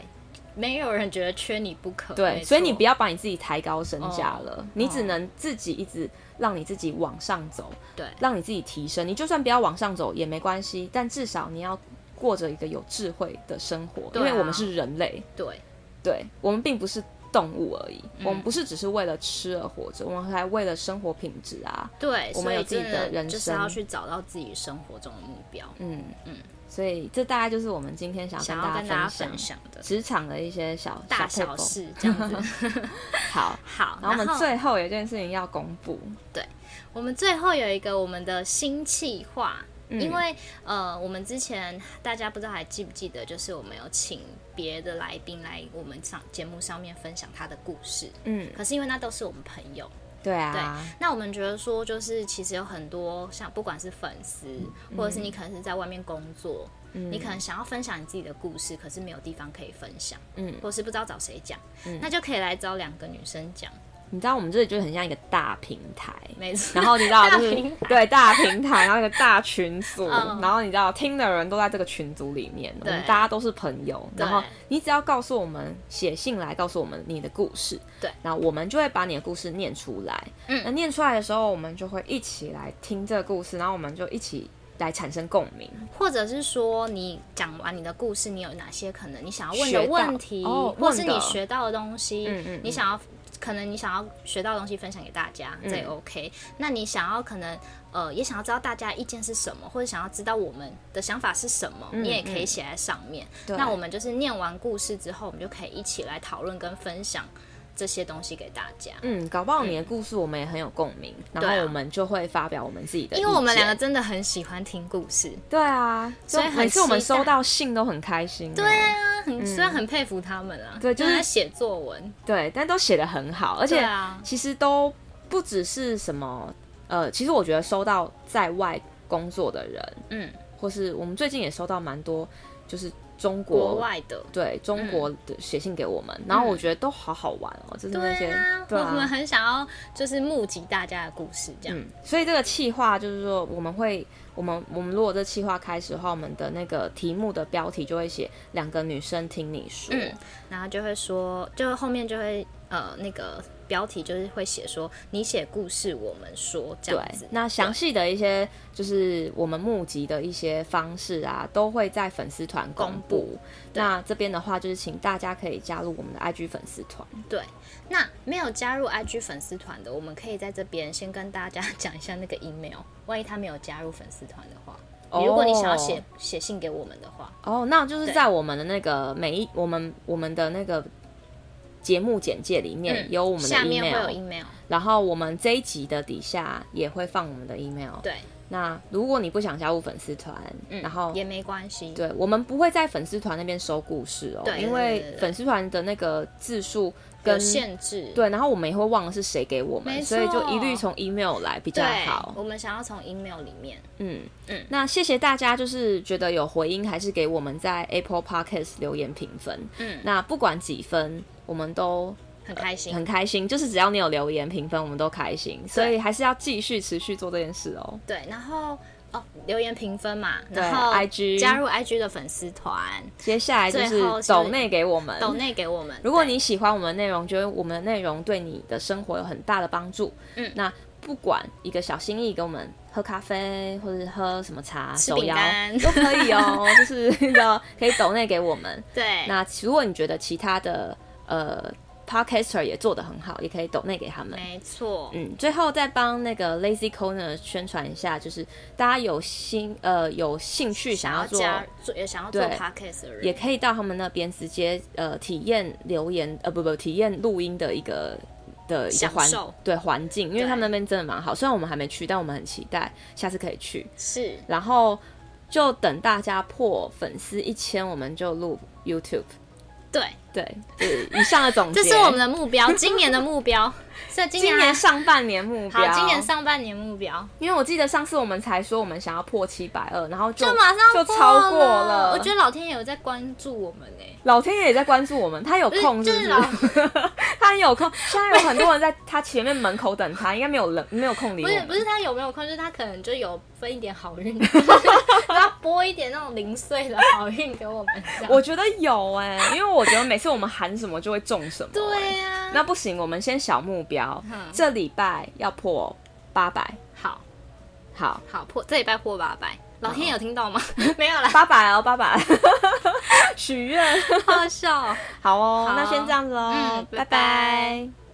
Speaker 2: 没有人觉得缺你不可。
Speaker 1: 对，
Speaker 2: 没错
Speaker 1: 所以你不要把你自己抬高身价
Speaker 2: 哦
Speaker 1: 了，你只
Speaker 2: 哦
Speaker 1: 能自己一直让你自己往上走，
Speaker 2: 对
Speaker 1: 让你自己提升。你就算不要往上走也没关系，但至少你要过着一个有智慧的生活，因
Speaker 2: 对啊
Speaker 1: 为我们是人类，
Speaker 2: 对
Speaker 1: 对我们并不是动物而已，
Speaker 2: 嗯
Speaker 1: 我们不是只是为了吃而活着，我们还为了生活品质啊，
Speaker 2: 对，
Speaker 1: 我们
Speaker 2: 所以
Speaker 1: 有自己
Speaker 2: 真
Speaker 1: 的人
Speaker 2: 就是要
Speaker 1: 生
Speaker 2: 去找到自己生活中的目标，
Speaker 1: 嗯
Speaker 2: 嗯
Speaker 1: 嗯，所以这大概就是我们今天想要跟
Speaker 2: 想要跟大
Speaker 1: 大
Speaker 2: 家
Speaker 1: 家分
Speaker 2: 分
Speaker 1: 享
Speaker 2: 享的
Speaker 1: 职场的一些小
Speaker 2: 大
Speaker 1: 小
Speaker 2: 小
Speaker 1: paper
Speaker 2: 事这 样子。
Speaker 1: 好，
Speaker 2: 好，
Speaker 1: 然后我们最后有一件事情要公布，
Speaker 2: 我们最后有一个我们的新计划，
Speaker 1: 嗯
Speaker 2: 因为呃，我们之前大家不知道还记不记得，就是我们有请别的来宾来我们上节目上面分享他的故事，
Speaker 1: 嗯，
Speaker 2: 可是因为那都是我们朋友，
Speaker 1: 对啊，
Speaker 2: 那我们觉得说，就是其实有很多像不管是粉丝，
Speaker 1: 嗯
Speaker 2: 或者是你可能是在外面工作，你可能想要分享你自己的故事，可是没有地方可以分享，
Speaker 1: 嗯
Speaker 2: 或是不知道找谁讲，
Speaker 1: 嗯
Speaker 2: 那就可以来找两个女生讲，
Speaker 1: 你知道我们这里就很像一个大平台，
Speaker 2: 没错。
Speaker 1: 然后你知道就是
Speaker 2: 大平台
Speaker 1: 对大平台，然后一个大群组，
Speaker 2: 嗯
Speaker 1: 然后你知道听的人都在这个群组里面，我
Speaker 2: 对
Speaker 1: 们大家都是朋友，
Speaker 2: 对
Speaker 1: 然后你只要告诉我们写信来告诉我们你的故事，
Speaker 2: 对，
Speaker 1: 然后我们就会把你的故事念出来，
Speaker 2: 嗯
Speaker 1: 那念出来的时候，我们就会一起来听这个故事，然后我们就一起来产生共鸣，
Speaker 2: 或者是说你讲完你的故事，你有哪些可能你想要问
Speaker 1: 学
Speaker 2: 的
Speaker 1: 到
Speaker 2: 问题，
Speaker 1: 哦
Speaker 2: 或是
Speaker 1: 问的
Speaker 2: 你学到的东西，
Speaker 1: 嗯嗯
Speaker 2: 你想要可能你想要学到的东西分享给大家，这也
Speaker 1: 嗯
Speaker 2: OK。那你想要可能呃也想要知道大家意见是什么，或者想要知道我们的想法是什么，你也可以写在上面。
Speaker 1: 嗯对
Speaker 2: 那我们就是念完故事之后，我们就可以一起来讨论跟分享这些东西给大家。
Speaker 1: 嗯，搞不好你的故事我们也很有共鸣，然
Speaker 2: 对
Speaker 1: 后
Speaker 2: 啊
Speaker 1: 我们就会发表我们自己的意见，
Speaker 2: 因为我们两个真的很喜欢听故事，
Speaker 1: 对啊，
Speaker 2: 啊所以
Speaker 1: 就
Speaker 2: 很
Speaker 1: 每次我们
Speaker 2: 期待
Speaker 1: 收到信都很开心。对嗯
Speaker 2: 对啊，很、虽然很佩服他们啊，
Speaker 1: 对就是
Speaker 2: 在写作文，
Speaker 1: 对，但都写的很好，而
Speaker 2: 对
Speaker 1: 且
Speaker 2: 啊，
Speaker 1: 其实都不只是什么呃，其实我觉得收到在外工作的人，
Speaker 2: 嗯。
Speaker 1: 或是我们最近也收到蛮多，就是中国
Speaker 2: 国外的。
Speaker 1: 对中国的写信给我们，然后我觉得都好好玩哦，就是那些
Speaker 2: 对啊，
Speaker 1: 对
Speaker 2: 我们
Speaker 1: 啊，
Speaker 2: 很想要就是募集大家的故事，这样、
Speaker 1: 嗯，所以这个企划就是说我们会。我们我们如果这企划开始的话，我们的那个题目的标题就会写“两个女生听你说”，
Speaker 2: 嗯然后就会说，就后面就会呃那个标题就是会写说你写故事，我们说这
Speaker 1: 对
Speaker 2: 样子，。
Speaker 1: 那详细的一些就是我们募集的一些方式啊，都会在粉丝团公
Speaker 2: 公
Speaker 1: 布
Speaker 2: 布。对
Speaker 1: 那这边的话，就是请大家可以加入我们的 IG 粉丝团。
Speaker 2: 对，那没有加入 IG 粉丝团的，我们可以在这边先跟大家讲一下那个 email，万一他没有加入粉丝团的话。
Speaker 1: 哦
Speaker 2: 如果你想要写写信给我们的话，
Speaker 1: 哦，那就是
Speaker 2: 对
Speaker 1: 在我们的那个每一我们我们的那个节目简介里面、有我们的
Speaker 2: 嗯下面会有
Speaker 1: email，嗯
Speaker 2: email，
Speaker 1: 然后我们这一集的底下也会放我们的 email。
Speaker 2: 对，
Speaker 1: 那如果你不想加入粉丝团，
Speaker 2: 嗯，
Speaker 1: 然后
Speaker 2: 也没关系，
Speaker 1: 对，我们不会在粉丝团那边收故事哦，
Speaker 2: 对
Speaker 1: 因
Speaker 2: 对对
Speaker 1: 为
Speaker 2: 对
Speaker 1: 粉丝团的那个字数
Speaker 2: 有
Speaker 1: 跟
Speaker 2: 限制，
Speaker 1: 对，然后我们也会忘了是谁给我
Speaker 2: 没
Speaker 1: 们，
Speaker 2: 错
Speaker 1: 所以就一律从 email 来比较
Speaker 2: 对，
Speaker 1: 好。
Speaker 2: 我们想要从 email 里面，
Speaker 1: 嗯
Speaker 2: 嗯
Speaker 1: 那谢谢大家，就是觉得有回音，还是给我们在 Apple Podcast 留言评分。
Speaker 2: 嗯，
Speaker 1: 那不管几分，我们都
Speaker 2: 很开心，
Speaker 1: 很开心，就是只要你有留言评分，我们都开心。所以还是要继续持续做这件事哦。
Speaker 2: 对，然后哦，留言评分嘛，
Speaker 1: 对
Speaker 2: 然后
Speaker 1: ，IG
Speaker 2: 加入 IG 的粉丝团，
Speaker 1: 接下来就
Speaker 2: 最后
Speaker 1: 是
Speaker 2: 是
Speaker 1: 抖内给我们，
Speaker 2: 抖内给我们。
Speaker 1: 如果
Speaker 2: 对
Speaker 1: 你喜欢我们的内容，觉得我们的内容对你的生活有很大的帮助，
Speaker 2: 嗯
Speaker 1: 那不管一个小心意给我们喝咖啡，或者是喝什么茶、
Speaker 2: 吃
Speaker 1: 手
Speaker 2: 饼
Speaker 1: 摇
Speaker 2: 干
Speaker 1: 都可以 哦，就是要可以抖内给我们。
Speaker 2: 对，
Speaker 1: 那如果你觉得其他的呃 podcaster 也做得很好，也可以抖内给他们。
Speaker 2: 没错，
Speaker 1: 嗯，最后再帮那个 Lazy Corner 宣传一下，就是大家有兴呃有兴趣想要做
Speaker 2: 加做也想要做
Speaker 1: 对
Speaker 2: podcast 的人，
Speaker 1: 也可以到他们那边直接呃体验留言呃不不体验录音的一个的一个
Speaker 2: 享
Speaker 1: 环
Speaker 2: 受
Speaker 1: 对环境，因为
Speaker 2: 对
Speaker 1: 他们那边真的蛮好，虽然我们还没去，但我们很期待下次可以去。
Speaker 2: 是
Speaker 1: 然后就等大家破粉丝一千，我们就录 YouTube。
Speaker 2: 对。
Speaker 1: 对，就是以上的总结，
Speaker 2: 这是我们的目标，今年的目标。所以今
Speaker 1: 今年
Speaker 2: 年
Speaker 1: 上半年目标。
Speaker 2: 好，今年，上半年目标
Speaker 1: 因为我记得上次我们才说我们想要破七百二，然后就
Speaker 2: 就马上
Speaker 1: 就
Speaker 2: 过
Speaker 1: 超过
Speaker 2: 了。
Speaker 1: 了。
Speaker 2: 我觉得老天爷有在关注我们欸呢、
Speaker 1: 老天爷也在关注我们，他有空是
Speaker 2: 就
Speaker 1: 不
Speaker 2: 是
Speaker 1: 是？
Speaker 2: 老
Speaker 1: 他很有空，现在有很多人在他前面门口等他，应该没有人没有空理
Speaker 2: 不
Speaker 1: 我
Speaker 2: 是
Speaker 1: 们。
Speaker 2: 不是他有没有空，就是他可能就有分一点好运， 他拨一点那种零碎的好运给我们。这样
Speaker 1: 我觉得有哎、因为我觉得每次我们喊什么就会中什么、欸
Speaker 2: 对、呀、
Speaker 1: 那不行，我们先小目标，
Speaker 2: 嗯
Speaker 1: 这礼拜要破八百，
Speaker 2: 好
Speaker 1: 好，
Speaker 2: 好破这礼拜破八百，老天爷有听到吗？ 没有啦，
Speaker 1: 八百哦，八百， 许愿，
Speaker 2: 好好笑哦、
Speaker 1: 好哦
Speaker 2: 好
Speaker 1: 那先这样子哦，
Speaker 2: 嗯拜拜
Speaker 1: 拜